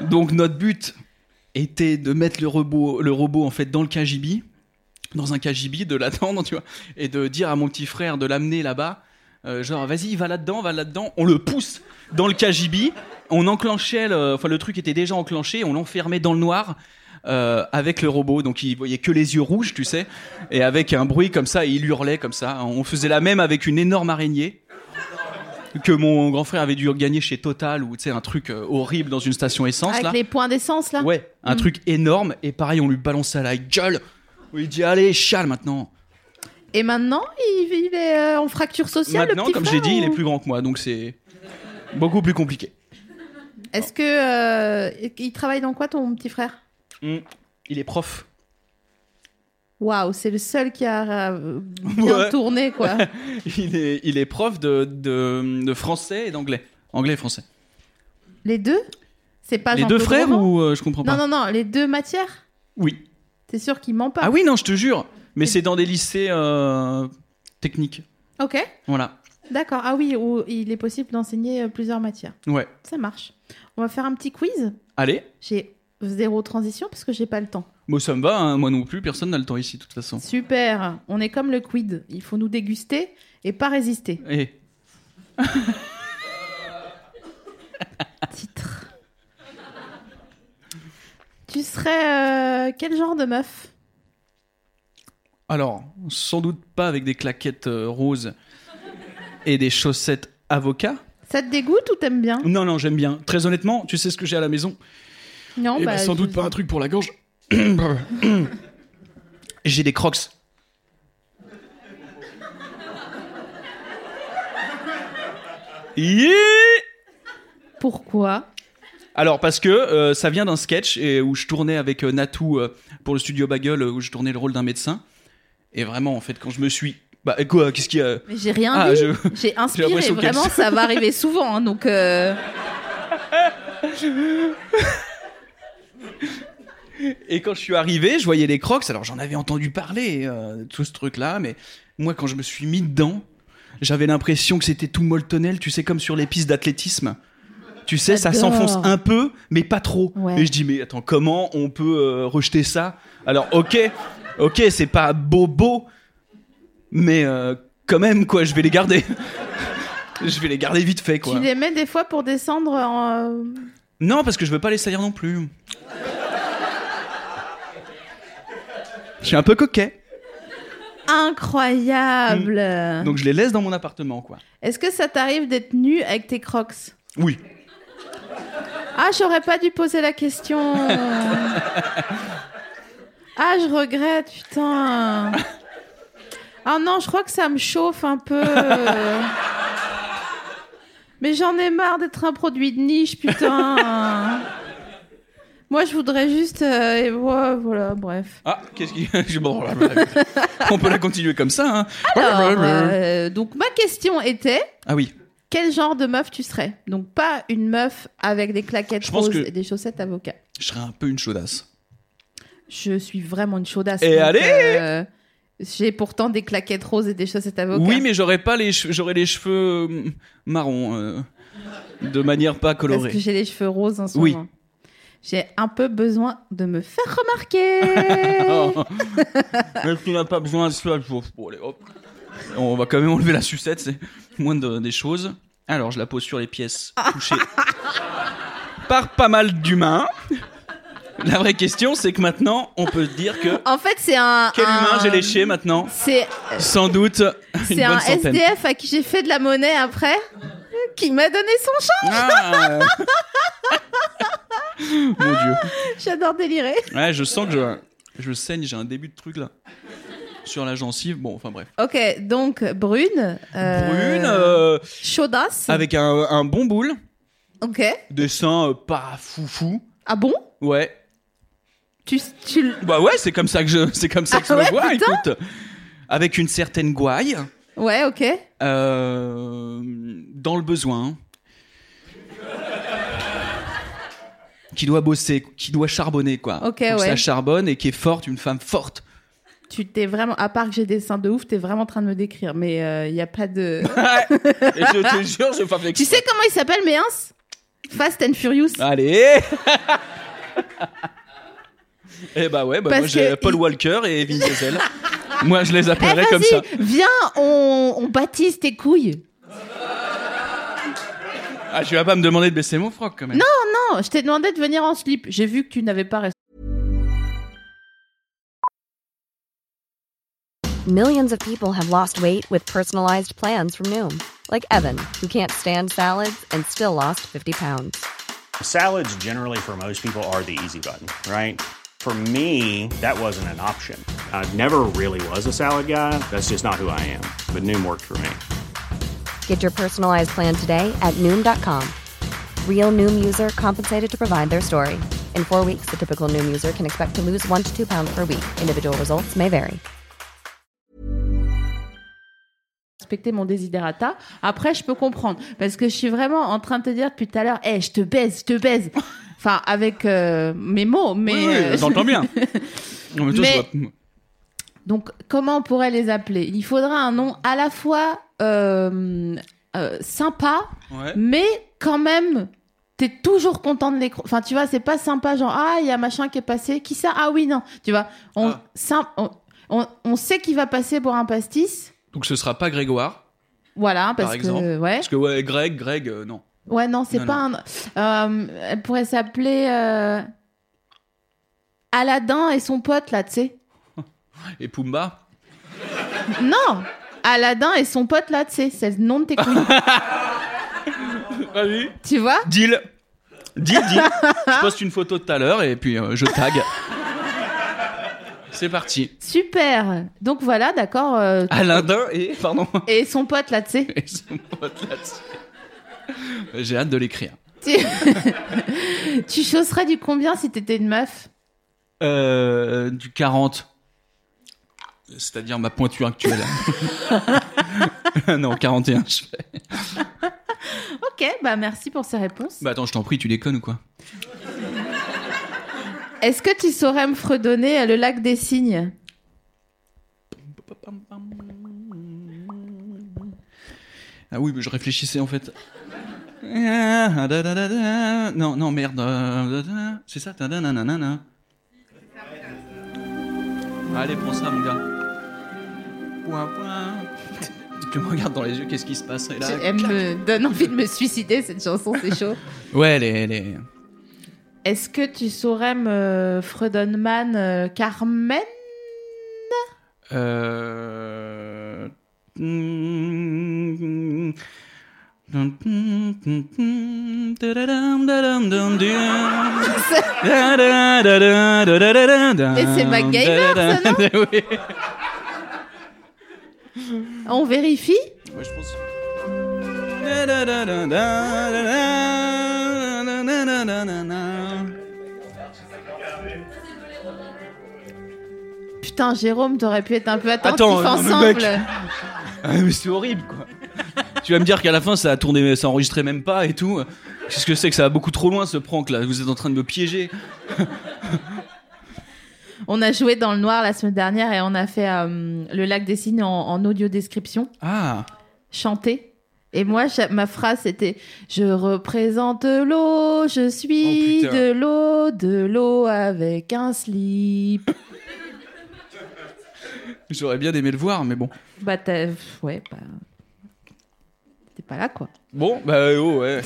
Speaker 3: Donc notre but était de mettre le robot, le robot en fait dans le KGB, dans un KGB, de l'attendre, tu vois, et de dire à mon petit frère de l'amener là-bas, euh, genre vas-y, va là-dedans, va là-dedans. On le pousse dans le KGB, on enclenchait, le, enfin le truc était déjà enclenché, on l'enfermait dans le noir. euh, avec le robot, donc il voyait que les yeux rouges, tu sais, et avec un bruit comme ça, et il hurlait comme ça. On faisait la même avec une énorme araignée que mon grand frère avait dû gagner chez Total ou tu sais un truc euh, horrible dans une station essence
Speaker 2: Ah, Avec
Speaker 3: là.
Speaker 2: les points d'essence là
Speaker 3: Ouais, un
Speaker 2: Mm.
Speaker 3: truc énorme. Et pareil, on lui balançait à la gueule. On lui dit Allez, chale maintenant.
Speaker 2: Et maintenant, il, il est euh, en fracture sociale
Speaker 3: maintenant,
Speaker 2: le petit
Speaker 3: comme j'ai
Speaker 2: frère,
Speaker 3: dit, il est
Speaker 2: ou-
Speaker 3: plus grand que moi, donc c'est beaucoup plus compliqué.
Speaker 2: Est-ce que euh, il travaille dans quoi ton petit frère
Speaker 3: Mm. Il est prof.
Speaker 2: Waouh, c'est le seul qui a euh, bien
Speaker 3: Ouais.
Speaker 2: tourné quoi.
Speaker 3: Il est, il est prof de, de, de français et d'anglais. Anglais et français.
Speaker 2: les deux C'est pas
Speaker 3: les
Speaker 2: Jean-Claude
Speaker 3: deux frères
Speaker 2: Roman
Speaker 3: ou euh, je comprends pas
Speaker 2: Non non non, les deux matières.
Speaker 3: Oui.
Speaker 2: T'es sûr qu'il ment pas
Speaker 3: Ah oui, non, je te jure. Mais c'est dans des lycées euh, techniques.
Speaker 2: Ok,
Speaker 3: Voilà.
Speaker 2: d'accord. Ah oui, où il est possible d'enseigner euh, plusieurs matières.
Speaker 3: Ouais.
Speaker 2: Ça marche. On va faire un petit quiz.
Speaker 3: Allez.
Speaker 2: J'ai zéro transition parce que j'ai pas le temps.
Speaker 3: Moi, ça me va, hein. moi non plus, personne n'a le temps ici, de toute façon.
Speaker 2: Super. On est comme le quid. Il faut nous déguster et pas résister.
Speaker 3: Et
Speaker 2: Titre. Tu serais euh, quel genre de meuf
Speaker 3: alors, sans doute pas avec des claquettes euh, roses et des chaussettes avocats.
Speaker 2: Ça te dégoûte ou t'aimes bien
Speaker 3: Non, non, j'aime bien. Très honnêtement, tu sais ce que j'ai à la maison
Speaker 2: Non,
Speaker 3: Eh ben,
Speaker 2: bah,
Speaker 3: Sans
Speaker 2: je-
Speaker 3: doute pas un truc pour la gorge. J'ai des crocs. Yeah
Speaker 2: Pourquoi
Speaker 3: Alors parce que euh, ça vient d'un sketch et, où je tournais avec euh, Natou euh, pour le studio Bagel euh, où je tournais le rôle d'un médecin. Et vraiment en fait quand je me suis bah quoi qu'est-ce qu'il y a
Speaker 2: Mais j'ai rien
Speaker 3: Ah,
Speaker 2: dit.
Speaker 3: je-
Speaker 2: J'ai inspiré.
Speaker 3: l'impression qu'elle
Speaker 2: Vraiment, ça va arriver souvent. hein, donc, euh,
Speaker 3: Et quand je suis arrivé, je voyais les crocs. Alors j'en avais entendu parler euh, tout ce truc là, mais moi quand je me suis mis dedans, j'avais l'impression que c'était tout molletonnel, tu sais comme sur les pistes d'athlétisme. Tu sais, ça
Speaker 2: J'adore.
Speaker 3: s'enfonce un peu, mais pas trop.
Speaker 2: Ouais.
Speaker 3: Et je dis, mais attends, comment on peut euh, rejeter ça Alors, ok, ok, c'est pas bobo, mais euh, quand même, quoi, je vais les garder. je vais les garder vite fait, quoi.
Speaker 2: tu les mets des fois pour descendre en. euh,
Speaker 3: Non, parce que je veux pas les salir non plus. Je suis un peu coquet,
Speaker 2: Incroyable.
Speaker 3: donc je les laisse dans mon appartement, quoi.
Speaker 2: Est-ce que ça t'arrive d'être nu avec tes crocs
Speaker 3: Oui.
Speaker 2: Ah, j'aurais pas dû poser la question. ah, je regrette, putain. Ah non, je crois que ça me chauffe un peu. Mais j'en ai marre d'être un produit de niche, putain. Moi, je voudrais juste. euh, et voilà, voilà, bref.
Speaker 3: Ah, qu'est-ce qui... je- bon, On peut la continuer comme ça, hein.
Speaker 2: Alors, euh, donc, ma question était
Speaker 3: Ah oui.
Speaker 2: quel genre de meuf tu serais Donc, pas une meuf avec des claquettes
Speaker 3: Je pense
Speaker 2: roses
Speaker 3: que-
Speaker 2: et des chaussettes avocat.
Speaker 3: Je serais un peu une chaudasse.
Speaker 2: Je suis vraiment une chaudasse.
Speaker 3: Et
Speaker 2: donc,
Speaker 3: allez
Speaker 2: euh, J'ai pourtant des claquettes roses et des chaussettes avocats.
Speaker 3: Oui, mais j'aurais pas les cheveux, j'aurais les cheveux euh, marrons, euh, de manière pas
Speaker 2: Parce
Speaker 3: colorée.
Speaker 2: que j'ai les cheveux roses en ce
Speaker 3: Oui.
Speaker 2: moment. J'ai un peu besoin de me faire remarquer.
Speaker 3: Oh. Est-ce qu'il n'a pas besoin de cela Bon, bon, allez, hop. On va quand même enlever la sucette, c'est moins de- des choses. Alors, je la pose sur les pièces touchées par pas mal d'humains. La vraie question, c'est que maintenant, on peut se dire que
Speaker 2: En fait, c'est un.
Speaker 3: quel
Speaker 2: un-
Speaker 3: humain j'ai léché maintenant
Speaker 2: C'est
Speaker 3: Sans doute une
Speaker 2: Ah. c'est
Speaker 3: bonne
Speaker 2: un
Speaker 3: centaine.
Speaker 2: SDF à qui j'ai fait de la monnaie après, qui m'a donné son chat.
Speaker 3: Ah, euh. Mon dieu.
Speaker 2: J'adore délirer.
Speaker 3: Ouais, je sens que je, je saigne, j'ai un début de truc là. Sur la gencive, bon, enfin bref.
Speaker 2: Ok, donc brune. euh,
Speaker 3: Brune, euh,
Speaker 2: Chaudasse.
Speaker 3: avec un, un bon boule,
Speaker 2: Ok.
Speaker 3: des seins euh, pas foufou.
Speaker 2: Ah bon
Speaker 3: Ouais.
Speaker 2: Tu, tu l-
Speaker 3: Bah ouais, c'est comme ça que je, c'est comme ça que je
Speaker 2: Ah ouais,
Speaker 3: le vois,
Speaker 2: putain.
Speaker 3: écoute. Avec une certaine gouaille,
Speaker 2: Ouais, ok.
Speaker 3: euh, dans le besoin. Qui doit bosser, qui doit charbonner, quoi.
Speaker 2: Ok,
Speaker 3: Faut que Ça
Speaker 2: ouais.
Speaker 3: charbonne et qui est forte, une femme forte.
Speaker 2: Tu t'es vraiment, à part que j'ai des seins de ouf, t'es vraiment en train de me décrire, mais il y a pas de.
Speaker 3: Ouais. Et je te jure, je vais pas faire
Speaker 2: tu sais comment il s'appelle, mais hein Fast and Furious.
Speaker 3: Ah, Allez Eh bah ouais, bah
Speaker 2: Parce
Speaker 3: moi j'ai
Speaker 2: que
Speaker 3: Paul
Speaker 2: il-
Speaker 3: Walker et Vin Diesel. moi je les
Speaker 2: Eh,
Speaker 3: appellerais comme ça.
Speaker 2: vas-y, viens, on, on baptise tes couilles.
Speaker 3: Ah, tu vas pas me demander de baisser mon froc quand même.
Speaker 2: Non, non, je t'ai demandé de venir en slip. J'ai vu que tu n'avais pas. res-
Speaker 4: Millions of people have lost weight with personalized plans from Noom, like Evan, who can't stand salads and still lost 50 pounds.
Speaker 5: Salads, generally, for most people, are the easy button, right? For me, that wasn't an option. I never really was a salad guy. That's just not who I am. But Noom worked for me.
Speaker 4: Get your personalized plan today at Noom.com. Real Noom user compensated to provide their story. In four weeks, the typical Noom user can expect to lose one to two pounds per week. Individual results may vary.
Speaker 2: respecter mon désiderata. Après, je peux comprendre. Parce que je suis vraiment en train de te dire depuis tout à l'heure, Eh, je te baise, je te baise. Enfin, avec euh, mes mots, mais.
Speaker 3: Oui, oui,
Speaker 2: euh,
Speaker 3: j'entends bien. Non, mais toi,
Speaker 2: Mais-
Speaker 3: je vois-
Speaker 2: Donc, comment on pourrait les appeler Il faudra un nom à la fois euh, euh, sympa,
Speaker 3: Ouais.
Speaker 2: mais quand même, t'es toujours content de les. cro- Enfin, tu vois, c'est pas sympa, genre, ah, il y a machin qui est passé, qui ça Ah oui, non. Tu vois, on,
Speaker 3: Ah.
Speaker 2: sym- on, on- on sait qu'il va passer pour un pastis.
Speaker 3: Donc ce sera pas Grégoire.
Speaker 2: Voilà, parce
Speaker 3: exemple.
Speaker 2: que. Ouais.
Speaker 3: Parce que ouais, Greg, Greg, euh, non.
Speaker 2: Ouais, non, c'est
Speaker 3: Non,
Speaker 2: pas un. euh, elle pourrait s'appeler. euh, Aladdin et son pote, là, tu sais.
Speaker 3: Et Pumba
Speaker 2: Non Aladdin et son pote, là, tu sais. C'est le nom de tes couilles.
Speaker 3: Vas-y.
Speaker 2: tu vois
Speaker 3: Deal Deal, deal. je poste une photo tout à l'heure et puis euh, je tag. C'est parti.
Speaker 2: Super. Donc voilà, d'accord. euh,
Speaker 3: Alain Dain et. Pardon.
Speaker 2: et son pote là, tu sais.
Speaker 3: Et son pote là-dessus. J'ai hâte de l'écrire.
Speaker 2: Tu- tu chausserais du combien si t'étais une meuf
Speaker 3: Euh, du 40. C'est-à-dire ma pointure actuelle. non, 41, je fais.
Speaker 2: Ok, bah merci pour ces réponses.
Speaker 3: Bah attends, je t'en prie, tu déconnes ou quoi
Speaker 2: Bah. Est-ce que tu saurais me fredonner euh, le lac des cygnes
Speaker 3: Ah oui, mais je réfléchissais en fait. Non, non, merde. euh, C'est ça tadadadadadada. Allez, prends ça, mon gars. Point, point. Tu me regardes dans les yeux, qu'est-ce qui se passe Et là,
Speaker 2: Je- Elle me donne envie de me suicider, cette chanson, c'est chaud.
Speaker 3: Ouais, elle est, elle est-
Speaker 2: Est-ce que tu saurais me fredonner man euh, Carmen
Speaker 3: Euh...
Speaker 2: Et c'est MacGyver, ça, non
Speaker 3: Oui.
Speaker 2: On vérifie
Speaker 3: Ouais, je pense.
Speaker 2: Putain, Jérôme, t'aurais pu être un peu attentif
Speaker 3: Attends, non, mais
Speaker 2: ensemble.
Speaker 3: mec. Ah, mais c'est horrible, quoi. tu vas me dire qu'à la fin, ça a tourné, ça enregistrait même pas et tout. Qu'est-ce que c'est que ça va beaucoup trop loin, ce prank, là Vous êtes en train de me piéger.
Speaker 2: On a joué dans le noir la semaine dernière et on a fait euh, le lac des cygnes en, en audio description,
Speaker 3: Ah
Speaker 2: chanté. Et moi, cha- ma phrase c'était Je représente l'eau, je suis
Speaker 3: Oh, putain.
Speaker 2: de l'eau, de l'eau avec un slip.
Speaker 3: J'aurais bien aimé le voir, mais bon.
Speaker 2: bah, t'as- pff, ouais, bah. T'es pas là, quoi.
Speaker 3: Bon, bah, oh, ouais.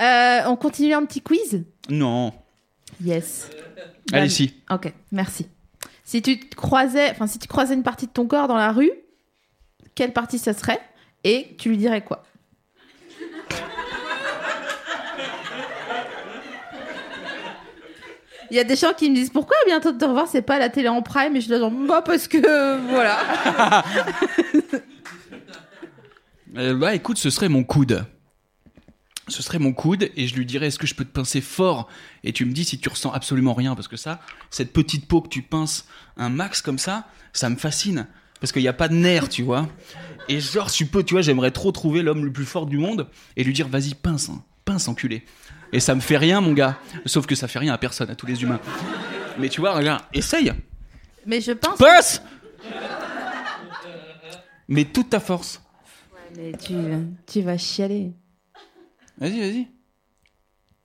Speaker 2: Euh, on continue un petit quiz
Speaker 3: Non.
Speaker 2: Yes.
Speaker 3: Allez,
Speaker 2: Bah,
Speaker 3: si.
Speaker 2: Ok, merci. Si tu te croisais, enfin si tu croisais une partie de ton corps dans la rue, quelle partie ça serait et tu lui dirais quoi Il y a des gens qui me disent pourquoi bientôt de te revoir c'est pas à la télé en prime et je leur dis bah parce que euh, voilà.
Speaker 3: Euh, bah, écoute, ce serait mon coude. Ce serait mon coude et je lui dirais est-ce que je peux te pincer fort Et tu me dis si tu ressens absolument rien parce que ça, cette petite peau que tu pinces un max comme ça, ça me fascine parce qu'il n'y a pas de nerf, tu vois. Et genre, tu peux, tu vois, j'aimerais trop trouver l'homme le plus fort du monde et lui dire vas-y, pince, hein, pince, enculé. Et ça me fait rien, mon gars. Sauf que ça fait rien à personne, à tous les humains. Mais tu vois, regarde, essaye,
Speaker 2: Mais je pense
Speaker 3: pince Mais toute ta force.
Speaker 2: mais tu, tu vas chialer.
Speaker 3: Vas-y, vas-y.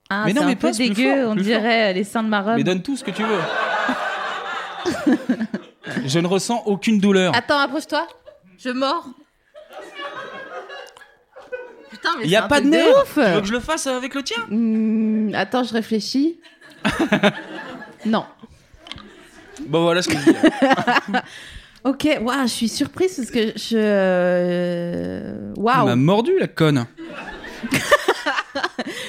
Speaker 2: Ah,
Speaker 3: Mais
Speaker 2: c'est
Speaker 3: non, mais
Speaker 2: un peu
Speaker 3: passe plus
Speaker 2: dégueu,
Speaker 3: fort,
Speaker 2: on
Speaker 3: plus fort.
Speaker 2: dirait euh, les seins de ma robe.
Speaker 3: Mais donne tout ce que tu veux. Je ne ressens aucune douleur.
Speaker 2: Attends, approche-toi. Je mords. Putain, mais
Speaker 3: Il n'y a
Speaker 2: c'est un
Speaker 3: pas de
Speaker 2: truc
Speaker 3: nerf.
Speaker 2: ouf.
Speaker 3: Tu veux que je le fasse avec le tien
Speaker 2: Hmm, attends, je réfléchis. non.
Speaker 3: Bon, voilà ce que je dis.
Speaker 2: Ok, waouh, je suis surprise parce que je.
Speaker 3: Elle
Speaker 2: Waouh.
Speaker 3: m'a mordu, la conne.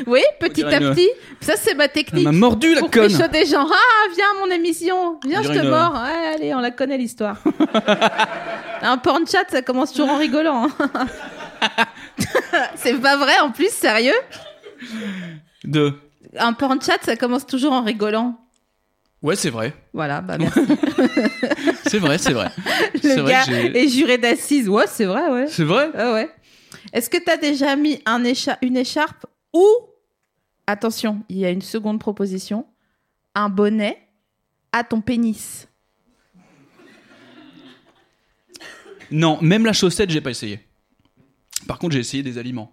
Speaker 2: Oui, petit
Speaker 3: dirait
Speaker 2: à
Speaker 3: une-
Speaker 2: petit. Ça, c'est ma
Speaker 3: Elle
Speaker 2: technique.
Speaker 3: m'a mordu, la
Speaker 2: Pour
Speaker 3: conne.
Speaker 2: pécho des gens. Ah, viens à mon émission. Viens,
Speaker 3: On
Speaker 2: je
Speaker 3: dirait
Speaker 2: te
Speaker 3: une-
Speaker 2: mords. Ouais, allez, on la connaît l'histoire. Un porn chat, ça commence toujours en rigolant. hein. c'est pas vrai en plus, sérieux
Speaker 3: Deux.
Speaker 2: Un porn chat, ça commence toujours en rigolant.
Speaker 3: Ouais, c'est vrai.
Speaker 2: Voilà, bah merci.
Speaker 3: C'est vrai, c'est vrai. C'est
Speaker 2: Le
Speaker 3: vrai
Speaker 2: gars
Speaker 3: que j'ai-
Speaker 2: est juré d'assises. Ouais, c'est vrai, ouais.
Speaker 3: C'est vrai
Speaker 2: Ouais, Ah ouais. Est-ce que t'as déjà mis un écha- une écharpe ou, attention, il y a une seconde proposition, un bonnet à ton pénis
Speaker 3: Non, même la chaussette, j'ai pas essayé. Par contre, j'ai essayé des aliments.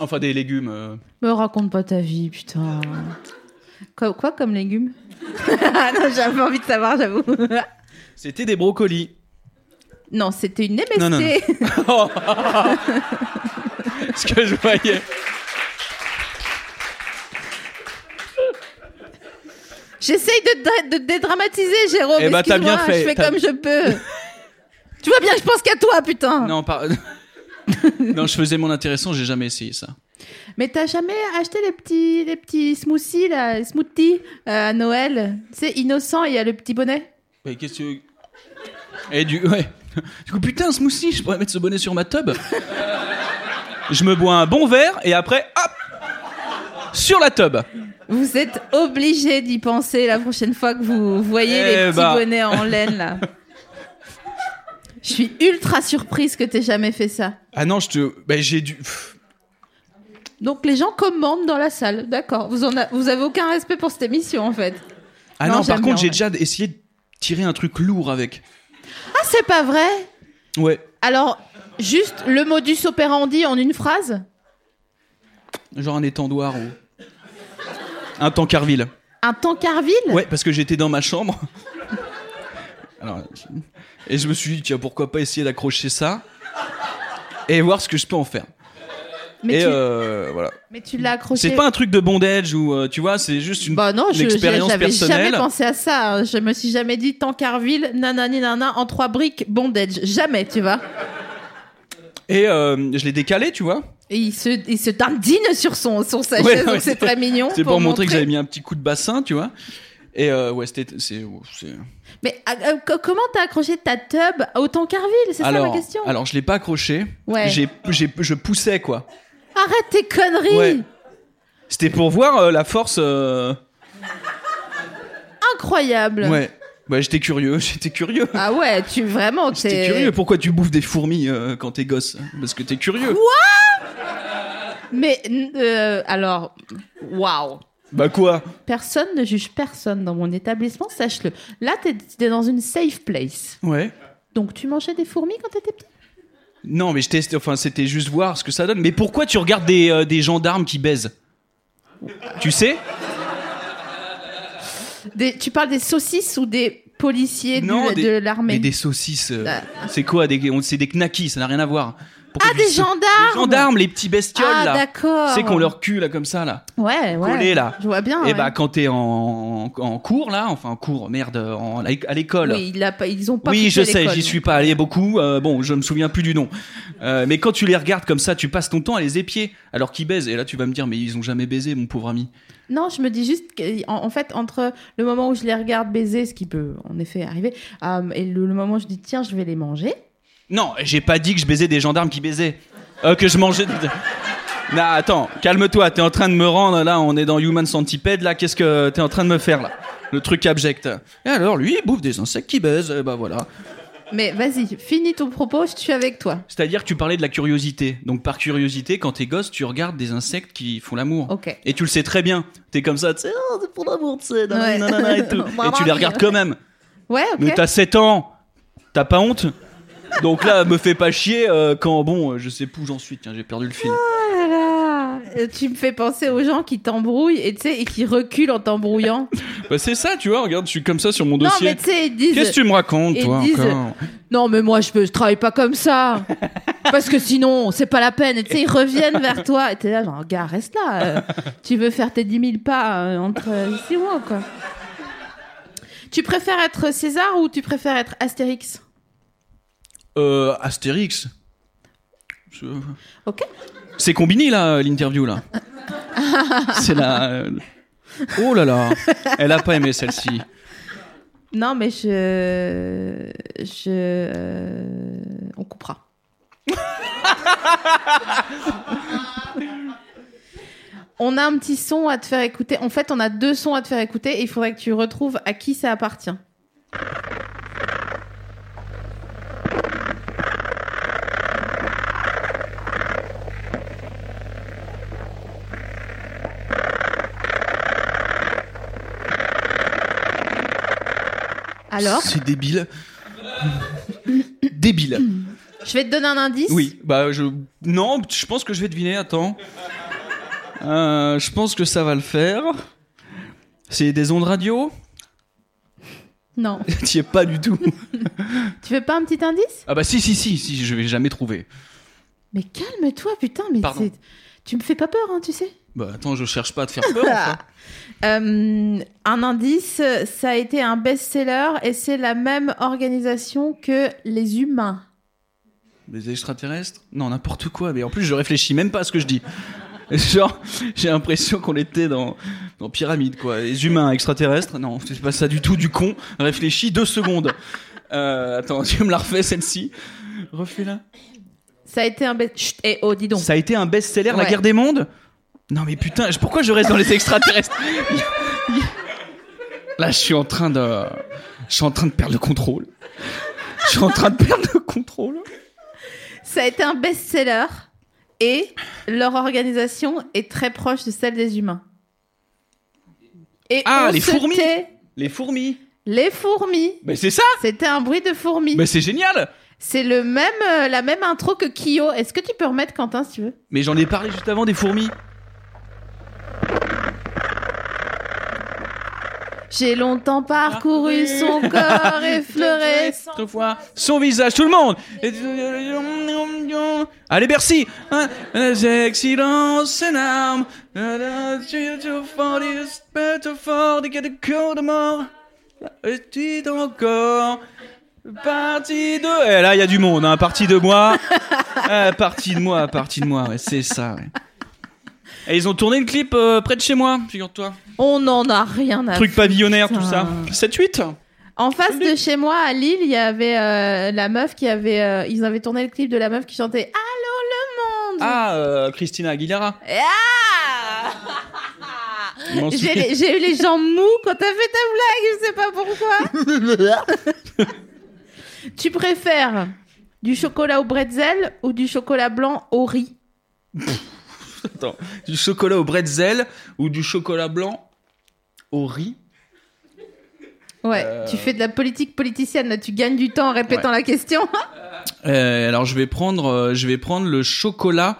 Speaker 3: Enfin, des légumes. euh.
Speaker 2: Me raconte pas ta vie, putain. Quoi, quoi comme légumes Non, j'avais envie de savoir, j'avoue.
Speaker 3: C'était des brocolis.
Speaker 2: non, c'était une MST.
Speaker 3: Non, non, non. Ce que je voyais.
Speaker 2: J'essaye de, dra- de dédramatiser, Jérôme.
Speaker 3: Eh ben, t'as bien
Speaker 2: Excuse-moi,
Speaker 3: fait,
Speaker 2: Je fais
Speaker 3: t'as-
Speaker 2: comme je peux. tu vois bien, je pense qu'à toi, putain.
Speaker 3: Non, par- non, je faisais mon intéressant, j'ai jamais essayé ça.
Speaker 2: Mais t'as jamais acheté les petits, les petits smoothies, là, les smoothies euh, à Noël C'est innocent, il y a le petit bonnet.
Speaker 3: Mais qu'est-ce que. Et du. Ouais. Du coup, putain, ce smoothie, je pourrais mettre ce bonnet sur ma tub. je me bois un bon verre et après, hop Sur la tub
Speaker 2: Vous êtes obligé d'y penser la prochaine fois que vous voyez
Speaker 3: Eh
Speaker 2: les petits
Speaker 3: bah.
Speaker 2: bonnets en laine, là. Je suis ultra surprise que t'aies jamais fait ça.
Speaker 3: Ah non, je te. Ben, j'ai dû. Pff.
Speaker 2: Donc les gens commandent dans la salle, d'accord. Vous en a- vous avez aucun respect pour cette émission en fait.
Speaker 3: Ah
Speaker 2: Non,
Speaker 3: non,
Speaker 2: j'aime
Speaker 3: par contre,
Speaker 2: bien,
Speaker 3: j'ai
Speaker 2: ouais.
Speaker 3: déjà essayé de tirer un truc lourd avec.
Speaker 2: Ah c'est pas vrai.
Speaker 3: Ouais.
Speaker 2: Alors juste le modus operandi en une phrase.
Speaker 3: Genre un étendoir ou. Un tankerville.
Speaker 2: Un tankerville.
Speaker 3: Ouais, parce que j'étais dans ma chambre. Alors, et je me suis dit, tiens, pourquoi pas essayer d'accrocher ça et voir ce que je peux en faire.
Speaker 2: Mais
Speaker 3: et
Speaker 2: tu,
Speaker 3: euh, voilà.
Speaker 2: mais tu l'as accroché.
Speaker 3: C'est pas un truc de bondage ou euh, tu vois, c'est juste une,
Speaker 2: Bah non,
Speaker 3: une
Speaker 2: je
Speaker 3: expérience
Speaker 2: j'avais jamais
Speaker 3: personnelle.
Speaker 2: pensé à ça. hein. Je me suis jamais dit tankerville, nanani nana en trois briques bondage. Jamais, tu vois.
Speaker 3: Et euh, je l'ai décalé, tu vois.
Speaker 2: Et il se il se dandine sur son sur sa
Speaker 3: Ouais,
Speaker 2: chaise,
Speaker 3: ouais,
Speaker 2: donc c'est
Speaker 3: c'est-
Speaker 2: très mignon.
Speaker 3: C'est pour, montrer que j'avais mis un petit coup de bassin, tu vois. Et euh, ouais, c'était. c'est- c'est-
Speaker 2: Mais euh, co- comment t'as accroché ta tub au tankerville C'est ça ma
Speaker 3: Alors,
Speaker 2: question.
Speaker 3: alors, je l'ai pas accroché.
Speaker 2: Ouais.
Speaker 3: J'ai, j'ai- je poussais, quoi.
Speaker 2: Arrête tes conneries.
Speaker 3: Ouais. C'était pour voir euh, la force. euh,
Speaker 2: Incroyable.
Speaker 3: Ouais. Ouais, j'étais curieux, j'étais curieux.
Speaker 2: Ah ouais, tu vraiment
Speaker 3: T'es
Speaker 2: t'es
Speaker 3: curieux, pourquoi tu bouffes des fourmis euh, quand t'es gosse Parce que t'es curieux.
Speaker 2: Mais euh, alors, waouh.
Speaker 3: bah quoi
Speaker 2: Personne ne juge personne dans mon établissement, sache-le. Là, t'es t'es dans une safe place.
Speaker 3: Ouais.
Speaker 2: Donc, tu mangeais des fourmis quand t'étais petit
Speaker 3: Non, mais je testais, enfin, c'était juste voir ce que ça donne. Mais pourquoi tu regardes des, euh, des gendarmes qui baisent Tu sais
Speaker 2: Des- Tu parles des saucisses ou des policiers du-
Speaker 3: Non,
Speaker 2: de
Speaker 3: des-
Speaker 2: l'armée
Speaker 3: Mais des saucisses. euh,
Speaker 2: Ah.
Speaker 3: C'est quoi des, on- C'est des knackis, ça n'a rien à voir. Pourquoi
Speaker 2: Ah,
Speaker 3: tu
Speaker 2: des
Speaker 3: sais-
Speaker 2: gendarmes
Speaker 3: Les gendarmes, les petits bestioles,
Speaker 2: Ah,
Speaker 3: là.
Speaker 2: d'accord.
Speaker 3: C'est qu'on leur cul, là, comme ça, là.
Speaker 2: Ouais, ouais.
Speaker 3: collés, là.
Speaker 2: Je vois bien.
Speaker 3: Et
Speaker 2: ouais.
Speaker 3: bah, quand t'es en, en, en cours, là, enfin, en cours, merde, en- à l'école.
Speaker 2: Oui, il a pas- ils ont pas
Speaker 3: Oui,
Speaker 2: foutu
Speaker 3: je
Speaker 2: à
Speaker 3: sais,
Speaker 2: l'école.
Speaker 3: j'y suis pas allé beaucoup. euh, bon, je me souviens plus du nom. Euh, mais quand tu les regardes comme ça, tu passes ton temps à les épier alors qu'ils baisent. Et là, tu vas me dire, mais ils ont jamais baisé, mon pauvre ami.
Speaker 2: Non, je me dis juste qu'en en fait, entre le moment où je les regarde baiser, ce qui peut en effet arriver, euh, et le, le moment où je dis tiens, je vais les manger,
Speaker 3: Non, j'ai pas dit que je baisais des gendarmes qui baisaient. Euh, que je mangeais. Non, attends, calme-toi. T'es en train de me rendre là. On est dans Human Centipede. Là, qu'est-ce que t'es en train de me faire là Le truc abject. Et alors, lui, il bouffe des insectes qui baisent. Et bah voilà.
Speaker 2: Mais vas-y, finis ton propos, je suis avec toi.
Speaker 3: C'est-à-dire que tu parlais de la curiosité. Donc, par curiosité, quand t'es gosse, tu regardes des insectes qui font l'amour.
Speaker 2: Ok.
Speaker 3: Et tu le sais très bien. T'es comme ça, tu sais, oh, c'est pour l'amour, tu sais, nanana,
Speaker 2: Ouais.
Speaker 3: nanana et tout. Et tu les regardes quand même.
Speaker 2: Ouais, ok.
Speaker 3: Mais t'as 7 ans, t'as pas honte Donc là, me fais pas chier euh, quand, bon, euh, je sais plus où j'en suis, tiens, j'ai perdu le fil.
Speaker 2: Ah. Voilà. Euh, Tu me fais penser aux gens qui t'embrouillent et, tu sais, et qui reculent en t'embrouillant.
Speaker 3: Bah, c'est ça, tu vois, regarde, je suis comme ça sur mon
Speaker 2: non,
Speaker 3: dossier.
Speaker 2: mais tu sais, ils
Speaker 3: Qu'est-ce
Speaker 2: disent
Speaker 3: que tu me racontes,
Speaker 2: Ils
Speaker 3: toi,
Speaker 2: disent-
Speaker 3: encore
Speaker 2: Non, mais moi, je, peux, je travaille pas comme ça. Parce que sinon, c'est pas la peine. Et tu sais, ils reviennent vers toi. Et t'es là, genre, gars, reste là. euh, tu veux faire tes 10 000 pas euh, entre euh, ici et moi, quoi. Tu préfères être César ou tu préfères être Astérix
Speaker 3: Euh, Astérix. Je-
Speaker 2: Ok.
Speaker 3: C'est combiné, là, l'interview, là. c'est la... euh, Oh là là, elle a pas aimé celle-ci.
Speaker 2: Non, mais je. Je. euh, On coupera. on a un petit son à te faire écouter. En fait, on a deux sons à te faire écouter et il faudrait que tu retrouves à qui ça appartient. Alors,
Speaker 3: C'est débile. débile.
Speaker 2: je vais te donner un indice.
Speaker 3: Oui, bah je. Non, je pense que je vais deviner, attends. Euh, je pense que ça va le faire. C'est des ondes radio
Speaker 2: Non.
Speaker 3: T'y es pas du tout.
Speaker 2: Tu veux pas un petit indice
Speaker 3: Ah bah si, si, si, si, je vais jamais trouver.
Speaker 2: Mais calme-toi, putain, mais
Speaker 3: Pardon.
Speaker 2: c'est- tu me fais pas peur, hein, tu sais.
Speaker 3: Bah attends, je cherche pas à te faire peur.
Speaker 2: Ah.
Speaker 3: enfin.
Speaker 2: Euh, un indice, ça a été un best-seller et c'est la même organisation que les humains.
Speaker 3: Des extraterrestres Non, n'importe quoi, mais en plus je réfléchis même pas à ce que je dis. Genre, j'ai l'impression qu'on était dans, dans Pyramide, quoi. Les humains extraterrestres. Non, c'est pas ça du tout, du con. Réfléchis deux secondes. Euh, attends, tu me la refais celle-ci. Refais-la.
Speaker 2: Ça a été un bête. Chut, eh oh, dis donc.
Speaker 3: Ça a été un best-seller, La
Speaker 2: Ouais.
Speaker 3: guerre des mondes Non, mais putain, je- pourquoi je reste dans les extraterrestres Là, je suis en train de. Je suis en train de perdre le contrôle. Je suis en train de perdre le contrôle.
Speaker 2: Ça a été un best-seller et leur organisation est très proche de celle des humains. Et
Speaker 3: Ah,
Speaker 2: on
Speaker 3: les
Speaker 2: se
Speaker 3: fourmis.
Speaker 2: tait.
Speaker 3: Les fourmis
Speaker 2: Les fourmis.
Speaker 3: Mais c'est ça
Speaker 2: C'était un bruit de fourmis.
Speaker 3: Mais c'est génial
Speaker 2: C'est le même, euh, la même intro que Kyo. Est-ce que tu peux remettre Quentin si tu veux
Speaker 3: Mais j'en ai parlé juste avant des fourmis.
Speaker 2: J'ai longtemps parcouru son corps effleuré.
Speaker 3: Autrefois, son visage, tout le monde Allez, Bercy Hein Excellence, c'est une arme. Et tu t'en encore Partie de... Eh là, il y a du monde, hein. Partie de moi. Euh, partie de moi, partie de moi, ouais, c'est ça, ouais. Et ils ont tourné le clip euh, près de chez moi, figure-toi.
Speaker 2: On n'en a rien à
Speaker 3: Truc pavillonnaire, tout ça.
Speaker 2: Ah, putain.
Speaker 3: 7-8
Speaker 2: En face de chez moi, à Lille, il y avait euh, la meuf qui avait. euh, ils avaient tourné le clip de la meuf qui chantait Allô le monde
Speaker 3: Ah, euh, Christina Aguilera.
Speaker 2: Et ah
Speaker 3: Je m'en souviens.
Speaker 2: J'ai j'ai eu les jambes moues quand t'as fait ta blague, je sais pas pourquoi. tu préfères du chocolat au bretzel ou du chocolat blanc au riz
Speaker 3: Attends, du chocolat au bretzel ou du chocolat blanc au riz
Speaker 2: Ouais,
Speaker 3: Euh.
Speaker 2: tu fais de la politique politicienne, là, tu gagnes du temps en répétant la question.
Speaker 3: Euh, Alors je vais prendre, euh, je vais prendre le chocolat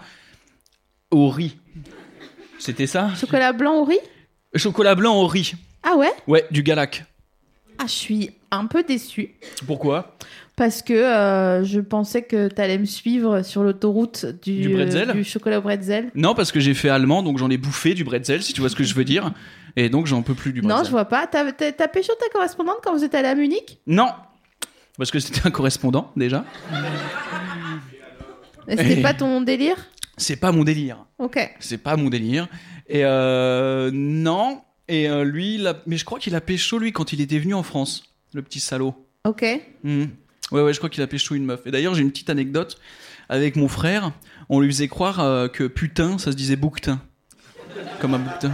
Speaker 3: au riz. C'était ça
Speaker 2: chocolat blanc au riz
Speaker 3: Chocolat blanc au riz.
Speaker 2: Ah ouais
Speaker 3: Ouais, du Galac.
Speaker 2: Ah, je suis un peu déçue.
Speaker 3: Pourquoi
Speaker 2: Parce que euh, je pensais que t'allais me suivre sur l'autoroute du,
Speaker 3: Du bretzel
Speaker 2: du chocolat au bretzel.
Speaker 3: Non, parce que j'ai fait allemand, donc j'en ai bouffé du bretzel, si tu vois ce que je veux dire. Et donc j'en peux plus du bretzel.
Speaker 2: Non, je vois pas. T'as t'as- t'as pécho ta correspondante quand vous êtes allé à Munich
Speaker 3: Non, parce que c'était un correspondant déjà.
Speaker 2: Et C'était
Speaker 3: Eh.
Speaker 2: pas ton délire
Speaker 3: C'est pas mon délire.
Speaker 2: Ok.
Speaker 3: C'est pas mon délire. Et euh, non. Et euh, lui, il a- mais je crois qu'il a pécho lui quand il était venu en France, le petit salaud.
Speaker 2: Ok.
Speaker 3: Mhm. Ouais, ouais, je crois qu'il a pécho une meuf. Et d'ailleurs, j'ai une petite anecdote. Avec mon frère, on lui faisait croire euh, que putain, ça se disait bouquetin. Comme un bouquetin.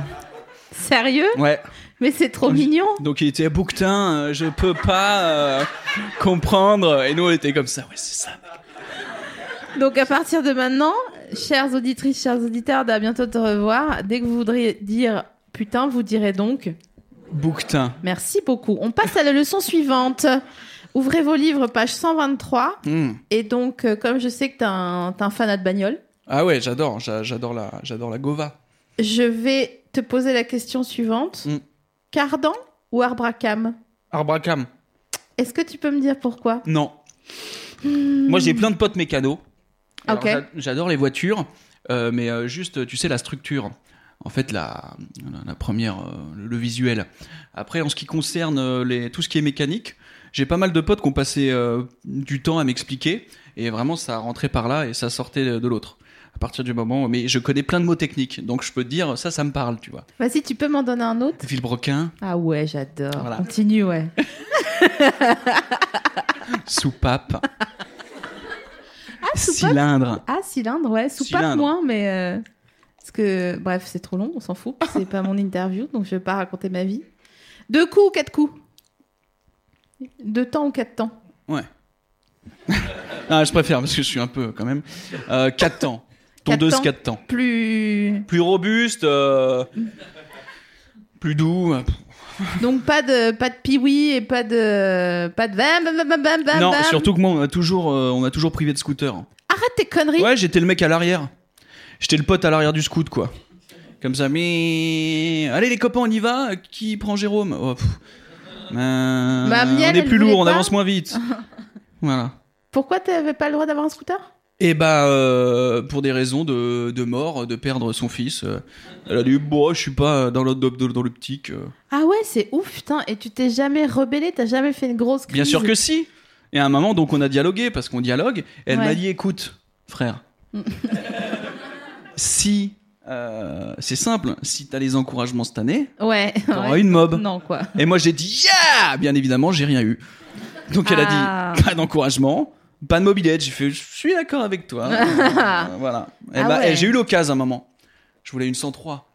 Speaker 2: Sérieux
Speaker 3: Ouais.
Speaker 2: Mais c'est trop
Speaker 3: Je-
Speaker 2: mignon.
Speaker 3: Donc il était bouquetin, euh, je peux pas euh, comprendre. Et nous, on était comme ça. Ouais, c'est ça.
Speaker 2: Donc à partir de maintenant, chères auditrices, chers auditeurs, d'à bientôt te revoir. Dès que vous voudrez dire putain, vous direz donc
Speaker 3: Bouquetin.
Speaker 2: merci beaucoup. On passe à la leçon suivante. Ouvrez vos livres, page 123.
Speaker 3: Mhm.
Speaker 2: Et donc, euh, comme je sais que t'es un, t'es un fanat de bagnole,
Speaker 3: Ah ouais, j'adore. j'a- J'adore la, j'adore la Gova.
Speaker 2: je vais te poser la question suivante.
Speaker 3: Mm.
Speaker 2: Cardan ou Arbracam
Speaker 3: Arbracam.
Speaker 2: Est-ce que tu peux me dire pourquoi
Speaker 3: Non. Moi, j'ai plein de potes mécanos. Alors,
Speaker 2: Ok.
Speaker 3: j'a- J'adore les voitures, euh, mais euh, juste, tu sais, la structure. En fait, la, la- la première, euh, le, le visuel. Après, en ce qui concerne euh, les, tout ce qui est mécanique, j'ai pas mal de potes qui ont passé euh, du temps à m'expliquer, et vraiment, ça rentrait par là et ça sortait de l'autre. À partir du moment, mais je connais plein de mots techniques, donc je peux te dire ça, ça me parle, tu vois.
Speaker 2: Vas-y, tu peux m'en donner un autre
Speaker 3: Vilebrequin,
Speaker 2: Ah ouais, j'adore.
Speaker 3: Voilà.
Speaker 2: Continue, ouais.
Speaker 3: soupape,
Speaker 2: soupape.
Speaker 3: cylindre.
Speaker 2: Ah, cylindre, ouais. Soupape
Speaker 3: Cylindre.
Speaker 2: moins, mais... euh, Parce que, bref, c'est trop long, on s'en fout. C'est pas mon interview, donc je vais pas raconter ma vie. Deux coups ou quatre coups Deux temps ou quatre temps
Speaker 3: Ah, je préfère parce que je suis un peu quand même. Euh, 4 temps.
Speaker 2: Quatre
Speaker 3: Tondeuse
Speaker 2: temps.
Speaker 3: 4 temps.
Speaker 2: Plus...
Speaker 3: Plus robuste, euh, plus doux. euh,
Speaker 2: Donc pas de pas de piwi et pas de pas de bam bam bam bam bam.
Speaker 3: non,
Speaker 2: bam.
Speaker 3: surtout que moi, on a toujours, euh, on a toujours privé de scooter.
Speaker 2: Arrête tes conneries.
Speaker 3: Ouais, j'étais le mec à l'arrière. J'étais le pote à l'arrière du scoot, quoi. Comme ça, mais. Allez, les copains, on y va. Qui prend Jérôme Oh, pff. Euh,
Speaker 2: mienne,
Speaker 3: On est
Speaker 2: Bah, elle
Speaker 3: plus
Speaker 2: voulait
Speaker 3: lourd, on
Speaker 2: pas.
Speaker 3: avance moins vite. voilà.
Speaker 2: Pourquoi t'avais pas le droit d'avoir un scooter
Speaker 3: Et bah, euh, pour des raisons de, de mort, de perdre son fils, euh, elle a dit Bon, je suis pas dans l'optique. Dans, dans l'optique, euh.
Speaker 2: Ah ouais, c'est ouf putain. Et tu t'es jamais rebellé, t'as jamais fait une grosse crise.
Speaker 3: Bien sûr que si. Et à un moment, donc, on a dialogué parce qu'on dialogue. Et elle
Speaker 2: Ouais.
Speaker 3: m'a dit, écoute, frère, si euh, c'est simple, si t'as les encouragements cette année,
Speaker 2: Ouais.
Speaker 3: t'auras
Speaker 2: ouais.
Speaker 3: une mob.
Speaker 2: Non, quoi.
Speaker 3: Et moi j'ai dit yeah Bien évidemment, j'ai rien eu. Donc elle a
Speaker 2: Ah.
Speaker 3: dit pas d'encouragement, pas de mobilette. J'ai fait je suis d'accord avec toi. Euh, voilà. Et
Speaker 2: Ah
Speaker 3: bah,
Speaker 2: ouais.
Speaker 3: et j'ai eu l'occasion à un moment. Je voulais une 103,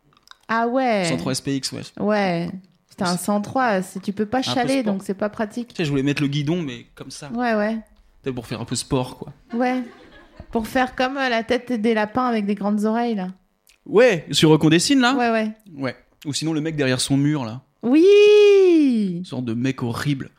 Speaker 2: Ah ouais.
Speaker 3: 103 SPX, ouais.
Speaker 2: Ouais. C'était un 103. c'est- Tu peux pas
Speaker 3: peu
Speaker 2: chaler,
Speaker 3: sport.
Speaker 2: donc c'est pas pratique.
Speaker 3: Tu sais, je voulais mettre le guidon, mais comme ça.
Speaker 2: Ouais, ouais.
Speaker 3: Peut-être pour faire un peu sport, quoi.
Speaker 2: Ouais. Pour faire comme euh, la tête des lapins avec des grandes oreilles, là.
Speaker 3: Ouais, sur Recondessine, là
Speaker 2: Ouais, ouais.
Speaker 3: ouais. Ou sinon, le mec derrière son mur, là.
Speaker 2: Oui
Speaker 3: Une sorte de mec horrible.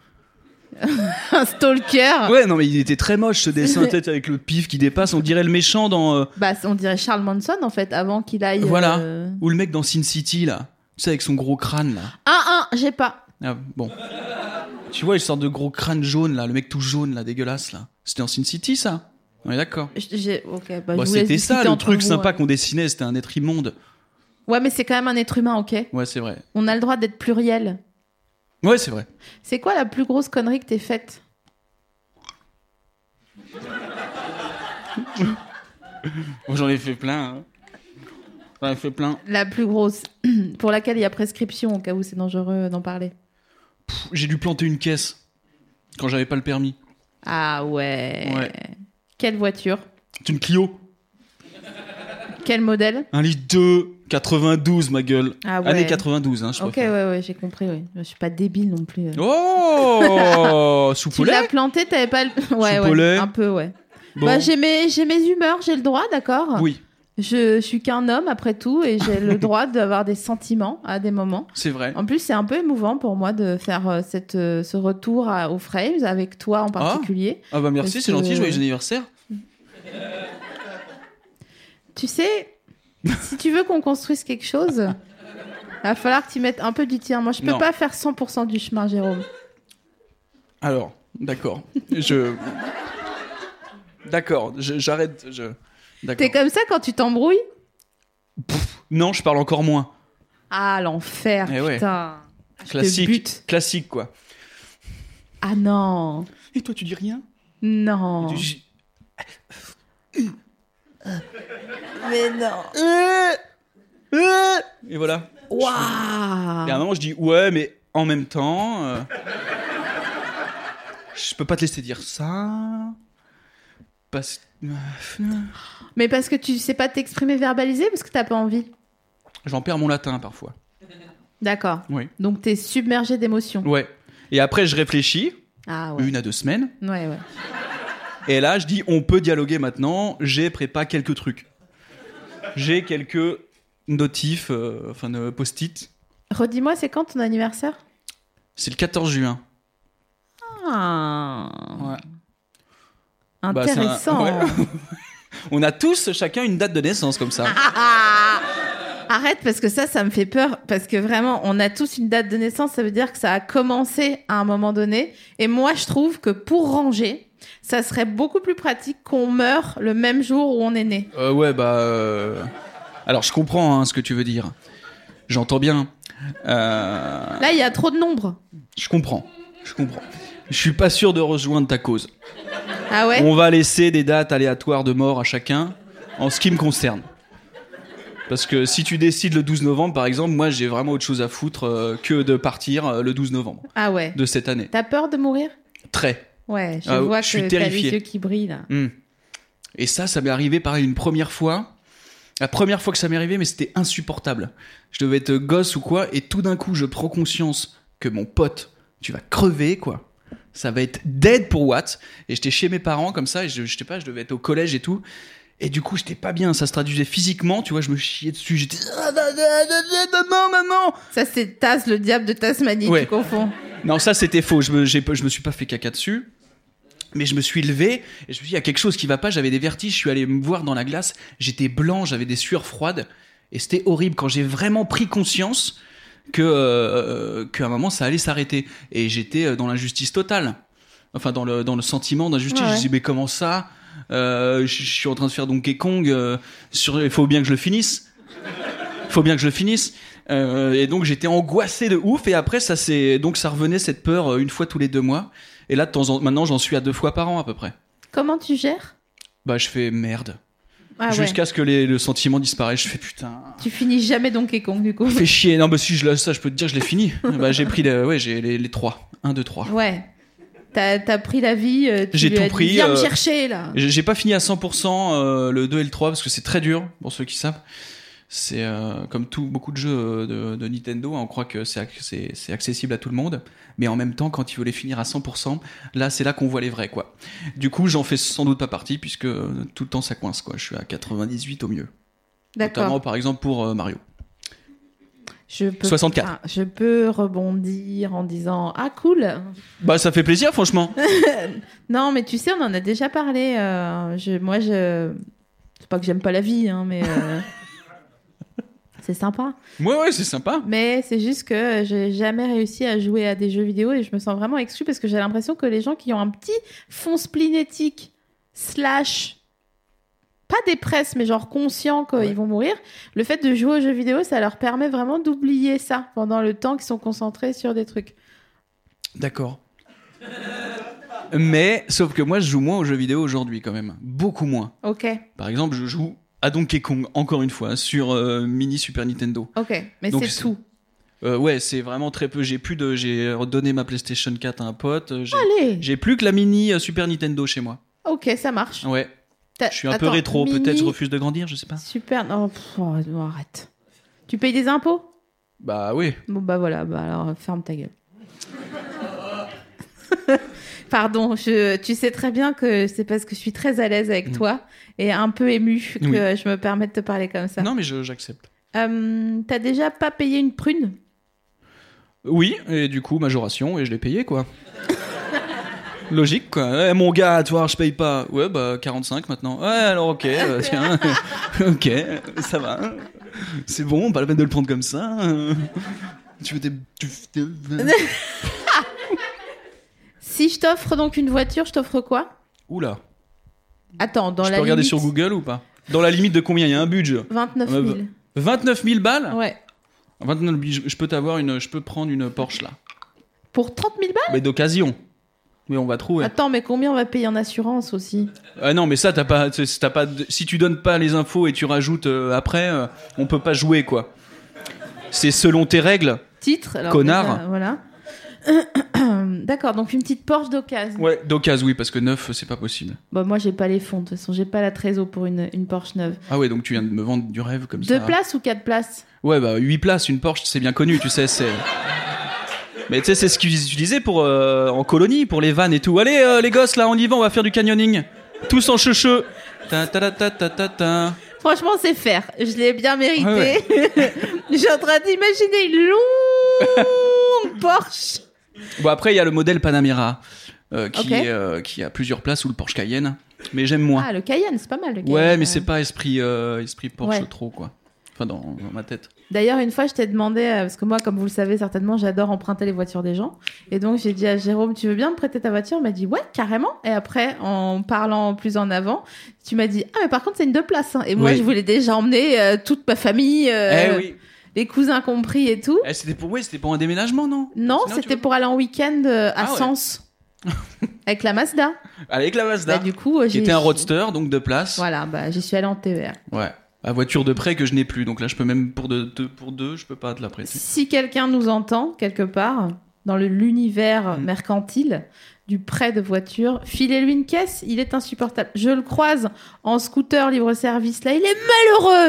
Speaker 2: Un stalker
Speaker 3: Ouais, non, mais il était très moche, ce dessin, peut-être avec le pif qui dépasse. On dirait le méchant dans. euh,
Speaker 2: Bah, on dirait Charles Manson, en fait, avant qu'il aille...
Speaker 3: Voilà.
Speaker 2: euh,
Speaker 3: Ou le mec dans Sin City, là. Tu sais, avec son gros crâne, là.
Speaker 2: Ah, ah, j'ai pas.
Speaker 3: Ah, bon. Tu vois, une sorte de gros crâne jaune, là. Le mec tout jaune, là, dégueulasse, là. C'était dans Sin City, ça On est d'accord.
Speaker 2: Je- J'ai... Ok, bah,
Speaker 3: Bah,
Speaker 2: je vous laisse
Speaker 3: c'était ça,
Speaker 2: discuter
Speaker 3: le
Speaker 2: entre
Speaker 3: truc
Speaker 2: vous,
Speaker 3: sympa
Speaker 2: hein.
Speaker 3: qu'on dessinait. C'était un être immonde.
Speaker 2: Ouais, mais c'est quand même un être humain, ok
Speaker 3: Ouais, c'est vrai.
Speaker 2: On a le droit d'être pluriel.
Speaker 3: Ouais, c'est vrai.
Speaker 2: C'est quoi la plus grosse connerie que t'aies faite
Speaker 3: Bon, J'en ai fait plein. hein. J'en ai fait plein.
Speaker 2: La plus grosse, pour laquelle il y a prescription, au cas où c'est dangereux d'en parler.
Speaker 3: J'ai dû planter une caisse quand j'avais pas le permis.
Speaker 2: Ah ouais.
Speaker 3: Ouais.
Speaker 2: Quelle voiture
Speaker 3: C'est une Clio.
Speaker 2: Quel modèle
Speaker 3: Un litre 2, 92, ma gueule.
Speaker 2: Ah ouais.
Speaker 3: Année 92, hein, je
Speaker 2: Ok, ouais,
Speaker 3: préfère.
Speaker 2: ouais, j'ai compris, oui. Je suis pas débile non plus. euh.
Speaker 3: Oh Soupe
Speaker 2: tu
Speaker 3: au lait
Speaker 2: l'as planté, t'avais pas le. Ouais,
Speaker 3: Soupe au lait.
Speaker 2: ouais. Un peu, ouais.
Speaker 3: Bon.
Speaker 2: Bah, j'ai mes, j'ai mes humeurs, j'ai le droit, d'accord
Speaker 3: Oui,
Speaker 2: Je, je suis qu'un homme après tout et j'ai le droit d'avoir des sentiments à des moments.
Speaker 3: c'est vrai.
Speaker 2: En plus, c'est un peu émouvant pour moi de faire euh, cette, euh, ce retour à- aux Frames avec toi en particulier.
Speaker 3: Ah bah merci,
Speaker 2: Parce
Speaker 3: c'est gentil,
Speaker 2: que-
Speaker 3: joyeux anniversaire.
Speaker 2: Tu sais, si tu veux qu'on construise quelque chose, va falloir que tu mettes un peu du tien. Moi, je peux
Speaker 3: Non.
Speaker 2: pas faire 100% du chemin, Jérôme.
Speaker 3: Alors, d'accord. Je... D'accord, je- j'arrête. Je... D'accord.
Speaker 2: T'es comme ça quand tu t'embrouilles
Speaker 3: Non, je parle encore moins.
Speaker 2: Ah, l'enfer,
Speaker 3: Eh ouais.
Speaker 2: putain. Je te bute.
Speaker 3: Classique. Classique, quoi.
Speaker 2: Ah non,
Speaker 3: Et toi, tu dis rien
Speaker 2: non.
Speaker 3: Tu dis-
Speaker 2: Mais non.
Speaker 3: Euh, euh, Et voilà. Et à un
Speaker 2: Waouh.
Speaker 3: moment, je dis ouais, mais en même temps, euh, je peux pas te laisser dire ça. Parce... euh,
Speaker 2: Mais parce que tu sais pas t'exprimer verbaliser parce que t'as pas envie.
Speaker 3: J'en perds mon latin parfois.
Speaker 2: D'accord.
Speaker 3: Oui.
Speaker 2: Donc t'es submergé d'émotions.
Speaker 3: Ouais. Et après, je réfléchis
Speaker 2: Ah ouais.
Speaker 3: une à deux semaines.
Speaker 2: Ouais, ouais.
Speaker 3: Et là, je dis on peut dialoguer maintenant. J'ai prépa quelques trucs. J'ai quelques notifs, euh, enfin de post-it.
Speaker 2: Redis-moi, c'est quand ton anniversaire
Speaker 3: C'est le 14 juin.
Speaker 2: Ah.
Speaker 3: Ouais. Bah, c'est un-
Speaker 2: Intéressant.
Speaker 3: ouais. On a tous chacun une date de naissance comme ça.
Speaker 2: Ah Arrête parce que ça, ça me fait peur parce que vraiment, on a tous une date de naissance. Ça veut dire que ça a commencé à un moment donné. Et moi, je trouve que pour ranger, ça serait beaucoup plus pratique qu'on meure le même jour où on est né.
Speaker 3: Euh, ouais, bah. euh, Alors, je comprends hein, ce que tu veux dire. J'entends bien. Euh,
Speaker 2: Là, il y a trop de nombres.
Speaker 3: Je comprends. Je comprends. Je suis pas sûr de rejoindre ta cause.
Speaker 2: Ah ouais.
Speaker 3: On va laisser des dates aléatoires de mort à chacun en ce qui me concerne. Parce que si tu décides le 12 novembre, par exemple, moi j'ai vraiment autre chose à foutre euh, que de partir euh, le 12 novembre
Speaker 2: Ah ouais.
Speaker 3: de cette année.
Speaker 2: T'as peur de mourir
Speaker 3: Très.
Speaker 2: Ouais, je
Speaker 3: Ah,
Speaker 2: vois
Speaker 3: je suis
Speaker 2: que t'as les
Speaker 3: terrifié.
Speaker 2: yeux qui brillent là.
Speaker 3: Hmm. Et ça, ça m'est arrivé pareil une première fois. La première fois que ça m'est arrivé, mais c'était insupportable. Je devais être gosse ou quoi, et tout d'un coup, je prends conscience que mon pote, tu vas crever, quoi. Ça va être dead pour Watt. Et j'étais chez mes parents comme ça, et je, je sais pas, je devais être au collège et tout. Et du coup, j'étais pas bien, ça se traduisait physiquement, tu vois, je me chiais dessus, j'étais. Ah, da, da, da, da, da, Non, maman
Speaker 2: Ça, c'est Taz, le diable de Tasmanie,
Speaker 3: Ouais.
Speaker 2: tu confonds.
Speaker 3: Non, ça c'était faux. Je me, j'ai pas- je me suis pas fait caca dessus. Mais je me suis levé et je me suis dit, il y a quelque chose qui va pas. J'avais des vertiges. Je suis allé me voir dans la glace. J'étais blanc, j'avais des sueurs froides. Et c'était horrible quand j'ai vraiment pris conscience que euh, qu'à un moment ça allait s'arrêter. Et j'étais euh, dans l'injustice totale. Enfin, dans le, dans le sentiment d'injustice.
Speaker 2: Ouais,
Speaker 3: Je me
Speaker 2: ouais.
Speaker 3: suis dit, mais comment ça Euh, Je je suis en train de faire Donkey Kong. euh, sur, il faut bien que je le finisse faut bien que je le finisse. Euh, et donc j'étais angoissé de ouf. Et après ça c'est donc ça revenait cette peur euh, une fois tous les deux mois. Et là de temps en maintenant j'en suis à deux fois par an à peu près.
Speaker 2: Comment tu gères
Speaker 3: Bah je fais merde.
Speaker 2: Ah ouais.
Speaker 3: jusqu'à ce que les- le sentiment disparaisse. Je fais putain.
Speaker 2: Tu finis jamais Donkey Kong, du coup.
Speaker 3: Fais chier. Non, bah si, je, l'ai- ça, je peux te dire, je l'ai fini. bah, j'ai pris le- ouais, j'ai les, les trois. Un, deux, trois.
Speaker 2: Ouais. T'as as pris la vie. euh, tu
Speaker 3: J'ai
Speaker 2: lui
Speaker 3: tout
Speaker 2: as dit,
Speaker 3: pris,
Speaker 2: Viens me
Speaker 3: euh,
Speaker 2: chercher, là.
Speaker 3: J'ai j'ai pas fini à 100% euh, le 2 et le 3 parce que c'est très dur pour ceux qui savent. C'est euh, comme tout beaucoup de jeux euh, de, de Nintendo, hein, on croit que c'est ac- c'est c'est accessible à tout le monde, mais en même temps, quand il veut les finir à 100%, là c'est là qu'on voit les vrais quoi. Du coup, j'en fais sans doute pas partie puisque euh, tout le temps ça coince quoi. Je suis à 98 au mieux, notamment
Speaker 2: D'accord.
Speaker 3: par exemple pour euh, Mario.
Speaker 2: Je peux.
Speaker 3: 64.
Speaker 2: Ah, je peux rebondir en disant Ah, cool.
Speaker 3: Bah ça fait plaisir franchement.
Speaker 2: Non, mais tu sais, on en a déjà parlé. euh, je, moi, je. C'est pas que j'aime pas la vie, hein, mais. euh, C'est sympa.
Speaker 3: ouais ouais c'est sympa.
Speaker 2: Mais c'est juste que j'ai jamais réussi à jouer à des jeux vidéo et je me sens vraiment exclue parce que j'ai l'impression que les gens qui ont un petit fond splinétique, slash, pas des presses, mais genre conscient qu'ils
Speaker 3: Ouais.
Speaker 2: vont mourir, le fait de jouer aux jeux vidéo, ça leur permet vraiment d'oublier ça pendant le temps qu'ils sont concentrés sur des trucs.
Speaker 3: D'accord. Mais sauf que moi je joue moins aux jeux vidéo aujourd'hui quand même, beaucoup moins.
Speaker 2: Ok,
Speaker 3: Par exemple, je joue à Donkey Kong, encore une fois, sur euh, mini Super Nintendo.
Speaker 2: ok, mais
Speaker 3: Donc,
Speaker 2: c'est
Speaker 3: c'est-
Speaker 2: tout.
Speaker 3: Euh, ouais, c'est vraiment très peu. J'ai plus de. J'ai redonné ma PlayStation 4 à un pote. euh, J'ai,
Speaker 2: Allez,
Speaker 3: j'ai plus que la mini euh, Super Nintendo chez moi.
Speaker 2: ok, ça marche.
Speaker 3: Ouais.
Speaker 2: T'as-
Speaker 3: Je suis un peu
Speaker 2: Euh, Attends,
Speaker 3: rétro, peut-être je
Speaker 2: mini,
Speaker 3: refuse de grandir, je sais pas.
Speaker 2: Super, non, pff, oh, non, arrête. Tu payes des impôts
Speaker 3: Bah oui.
Speaker 2: Bon bah voilà, bah alors ferme ta gueule. Pardon, je, tu sais très bien que c'est parce que je suis très à l'aise avec
Speaker 3: Mm.
Speaker 2: toi et un peu émue que
Speaker 3: Oui.
Speaker 2: je me permets de te parler comme ça.
Speaker 3: Non, mais je- j'accepte.
Speaker 2: Euh, T'as déjà pas payé une prune
Speaker 3: Oui, et du coup, majoration, et je l'ai payé quoi. Logique quoi. Eh, mon gars, toi, je paye pas. Ouais, bah 45 maintenant. Ouais, alors ok, euh, tiens. ok, ça va. C'est bon, pas la peine de le prendre comme ça. Tu veux des. tu-
Speaker 2: Si je t'offre donc une voiture, je t'offre quoi
Speaker 3: Oula.
Speaker 2: Attends, dans
Speaker 3: je
Speaker 2: la
Speaker 3: peux regarder
Speaker 2: limite,
Speaker 3: sur Google Ah, bah, ou pas Dans la limite de combien Il y a un budget
Speaker 2: 29
Speaker 3: Ouais,
Speaker 2: 000.
Speaker 3: 29 000 balles
Speaker 2: Ouais.
Speaker 3: 29 000, je- je peux t'avoir une. Je peux prendre une Porsche là.
Speaker 2: Pour 30 000 balles
Speaker 3: Mais d'occasion. Mais on va trouver.
Speaker 2: Attends, mais combien on va payer en assurance aussi
Speaker 3: Ah non, mais ça, t'as pas, c'est- t'as pas. de- Si tu donnes pas les infos et tu rajoutes euh, après, euh, on peut pas jouer quoi. C'est selon tes règles.
Speaker 2: Titre alors
Speaker 3: Connard.
Speaker 2: déjà, Voilà. D'accord, donc une petite Porsche d'occasion.
Speaker 3: Ouais. D'occasion, oui, parce que neuf, c'est pas possible.
Speaker 2: Bah, moi, j'ai pas les fonds. De toute façon, j'ai pas la trésor pour une, une Porsche neuve.
Speaker 3: Ah ouais, donc tu viens de me vendre du rêve comme ça.
Speaker 2: Deux places ou quatre places
Speaker 3: Ouais, bah 8 places, une Porsche, c'est bien connu, tu sais, c'est. Mais tu sais, c'est ce qu'ils utilisaient pour, euh, en colonie, pour les vannes et tout. Allez, euh, les gosses, là, on y va, on va faire du canyoning. Tous en checheux. Ta ta ta ta ta ta ta.
Speaker 2: Franchement, c'est faire. Je l'ai bien mérité.
Speaker 3: Ouais,
Speaker 2: je suis en train d'imaginer une longue Porsche.
Speaker 3: Bon, après, il y a le modèle Panamera, euh, qui,
Speaker 2: Ok.
Speaker 3: euh, qui a plusieurs places, ou le Porsche Cayenne. Mais j'aime moins.
Speaker 2: Ah, le Cayenne, c'est pas mal. Le Cayenne.
Speaker 3: ouais, mais
Speaker 2: Euh,
Speaker 3: c'est pas esprit, euh, esprit Porsche
Speaker 2: Ouais.
Speaker 3: trop, quoi. Enfin, dans, dans ma tête.
Speaker 2: D'ailleurs, une fois, je t'ai demandé, euh, parce que moi, comme vous le savez certainement, j'adore emprunter les voitures des gens. Et donc, j'ai dit à Jérôme, tu veux bien me prêter ta voiture Il m'a dit, ouais, carrément. Et après, en parlant plus en avant, tu m'as dit, ah, mais par contre, c'est une deux places. hein. Et moi,
Speaker 3: Oui.
Speaker 2: je voulais déjà emmener euh, toute ma famille, euh,
Speaker 3: eh oui.
Speaker 2: les cousins compris et tout.
Speaker 3: Eh, c'était pour, ouais, c'était pour un déménagement, non
Speaker 2: Non,
Speaker 3: Sinon, tu
Speaker 2: c'était
Speaker 3: veux-
Speaker 2: pour aller en week-end euh, à
Speaker 3: Ah ouais.
Speaker 2: Sens. Avec la Mazda.
Speaker 3: Avec la Mazda.
Speaker 2: Bah, du coup, euh,
Speaker 3: qui
Speaker 2: j'ai.
Speaker 3: était un roadster, donc deux places.
Speaker 2: Voilà, bah, j'y suis allée en TER.
Speaker 3: Ouais. À voiture de prêt que je n'ai plus. Donc là, je peux même pour deux, deux- pour deux je peux pas te la prêter.
Speaker 2: Si quelqu'un nous entend quelque part dans le- l'univers
Speaker 3: Mm.
Speaker 2: mercantile du prêt de voiture, filez-lui une caisse, il est insupportable. Je le croise en scooter libre-service, là, il est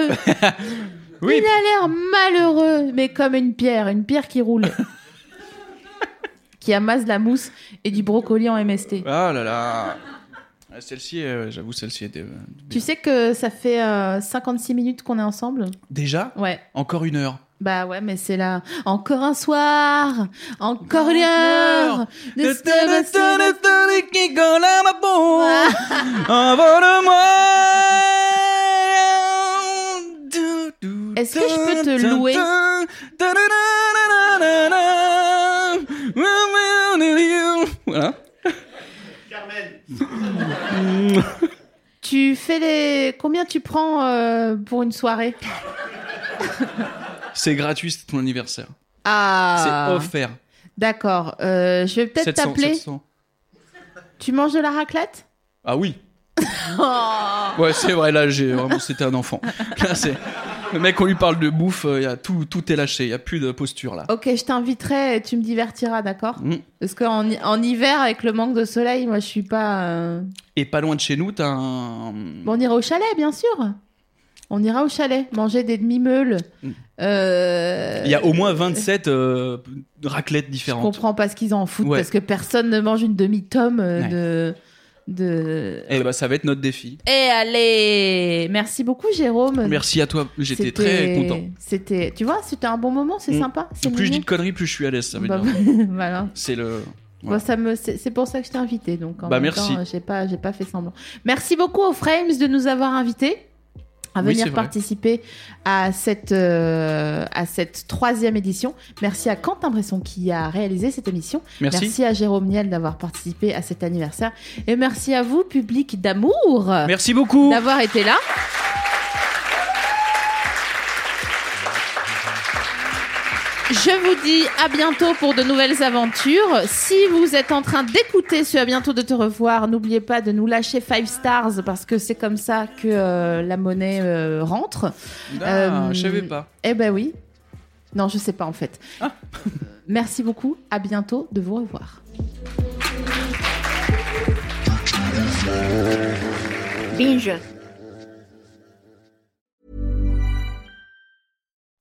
Speaker 2: malheureux.
Speaker 3: Oui.
Speaker 2: Il a l'air malheureux, mais comme une pierre, une pierre qui roule. qui amasse de la mousse et du brocoli en MST.
Speaker 3: Ah là là. Ah, Celle-ci, euh, j'avoue, celle-ci était. euh,
Speaker 2: Tu sais que ça fait euh, 56 minutes qu'on est ensemble
Speaker 3: Déjà
Speaker 2: Ouais.
Speaker 3: Encore une heure.
Speaker 2: Bah ouais, mais c'est là. Encore un soir, encore une
Speaker 3: une
Speaker 2: heure.
Speaker 3: heure.
Speaker 2: de ce- Est-ce que je peux te louer
Speaker 3: Voilà.
Speaker 2: Tu fais les. Combien tu prends euh, pour une soirée
Speaker 3: C'est gratuit, c'est ton anniversaire.
Speaker 2: Ah.
Speaker 3: C'est offert.
Speaker 2: D'accord. euh, je vais peut-être
Speaker 3: 700,
Speaker 2: t'appeler.
Speaker 3: 700.
Speaker 2: Tu manges de la raclette
Speaker 3: Ah oui.
Speaker 2: Oh.
Speaker 3: Ouais, c'est vrai, là, j'ai vraiment, c'était un enfant. Là, c'est. Le mec, on lui parle de bouffe, euh, y a tout, tout est lâché, il n'y a plus de posture là.
Speaker 2: Ok, je t'inviterai et tu me divertiras, d'accord
Speaker 3: Mm.
Speaker 2: Parce qu'en hi- en hiver, avec le manque de soleil, moi, je suis pas. euh,
Speaker 3: Et pas loin de chez nous, t'as un.
Speaker 2: Bon, on ira au chalet, bien sûr. On ira au chalet, manger des demi-meules.
Speaker 3: Mm.
Speaker 2: Euh,
Speaker 3: Il y a au moins 27 euh, raclettes
Speaker 2: Je
Speaker 3: différentes.
Speaker 2: comprends pas ce qu'ils en foutent
Speaker 3: Ouais.
Speaker 2: parce que personne ne mange une demi-tome euh,
Speaker 3: Ouais.
Speaker 2: de. de...
Speaker 3: Et bah, ça va être notre défi.
Speaker 2: Et allez Merci beaucoup, Jérôme.
Speaker 3: Merci à toi, j'étais
Speaker 2: C'était-
Speaker 3: très content.
Speaker 2: C'était, tu vois, c'était un bon moment, c'est
Speaker 3: Mm.
Speaker 2: sympa. C'est
Speaker 3: Plus je dis
Speaker 2: mignon.
Speaker 3: de conneries, plus je suis à l'aise, ça veut
Speaker 2: Bah,
Speaker 3: dire.
Speaker 2: voilà.
Speaker 3: C'est le.
Speaker 2: Bon,
Speaker 3: Voilà.
Speaker 2: ça me, c'est c'est pour ça que je t'ai invité. Donc, en
Speaker 3: Bah,
Speaker 2: même
Speaker 3: merci.
Speaker 2: temps, euh, j'ai pas, j'ai pas fait semblant. Merci beaucoup aux Frames de nous avoir invités à
Speaker 3: Oui,
Speaker 2: venir
Speaker 3: c'est vrai.
Speaker 2: participer à cette, euh, à cette troisième édition. Merci à Quentin Bresson qui a réalisé cette émission.
Speaker 3: Merci.
Speaker 2: Merci à Jérôme Niel d'avoir participé à cet anniversaire. Et merci à vous, public d'amour,
Speaker 3: Merci beaucoup.
Speaker 2: d'avoir été là. Je vous dis à bientôt pour de nouvelles aventures. Si vous êtes en train d'écouter ce à bientôt de te revoir, n'oubliez pas de nous lâcher 5 stars parce que c'est comme ça que euh, la monnaie euh, rentre.
Speaker 3: Ah,
Speaker 2: Euh,
Speaker 3: je savais pas.
Speaker 2: Eh ben oui. Non, je sais pas en fait. Euh,
Speaker 3: Ah.
Speaker 2: Merci beaucoup. À bientôt de vous revoir.
Speaker 6: Binge.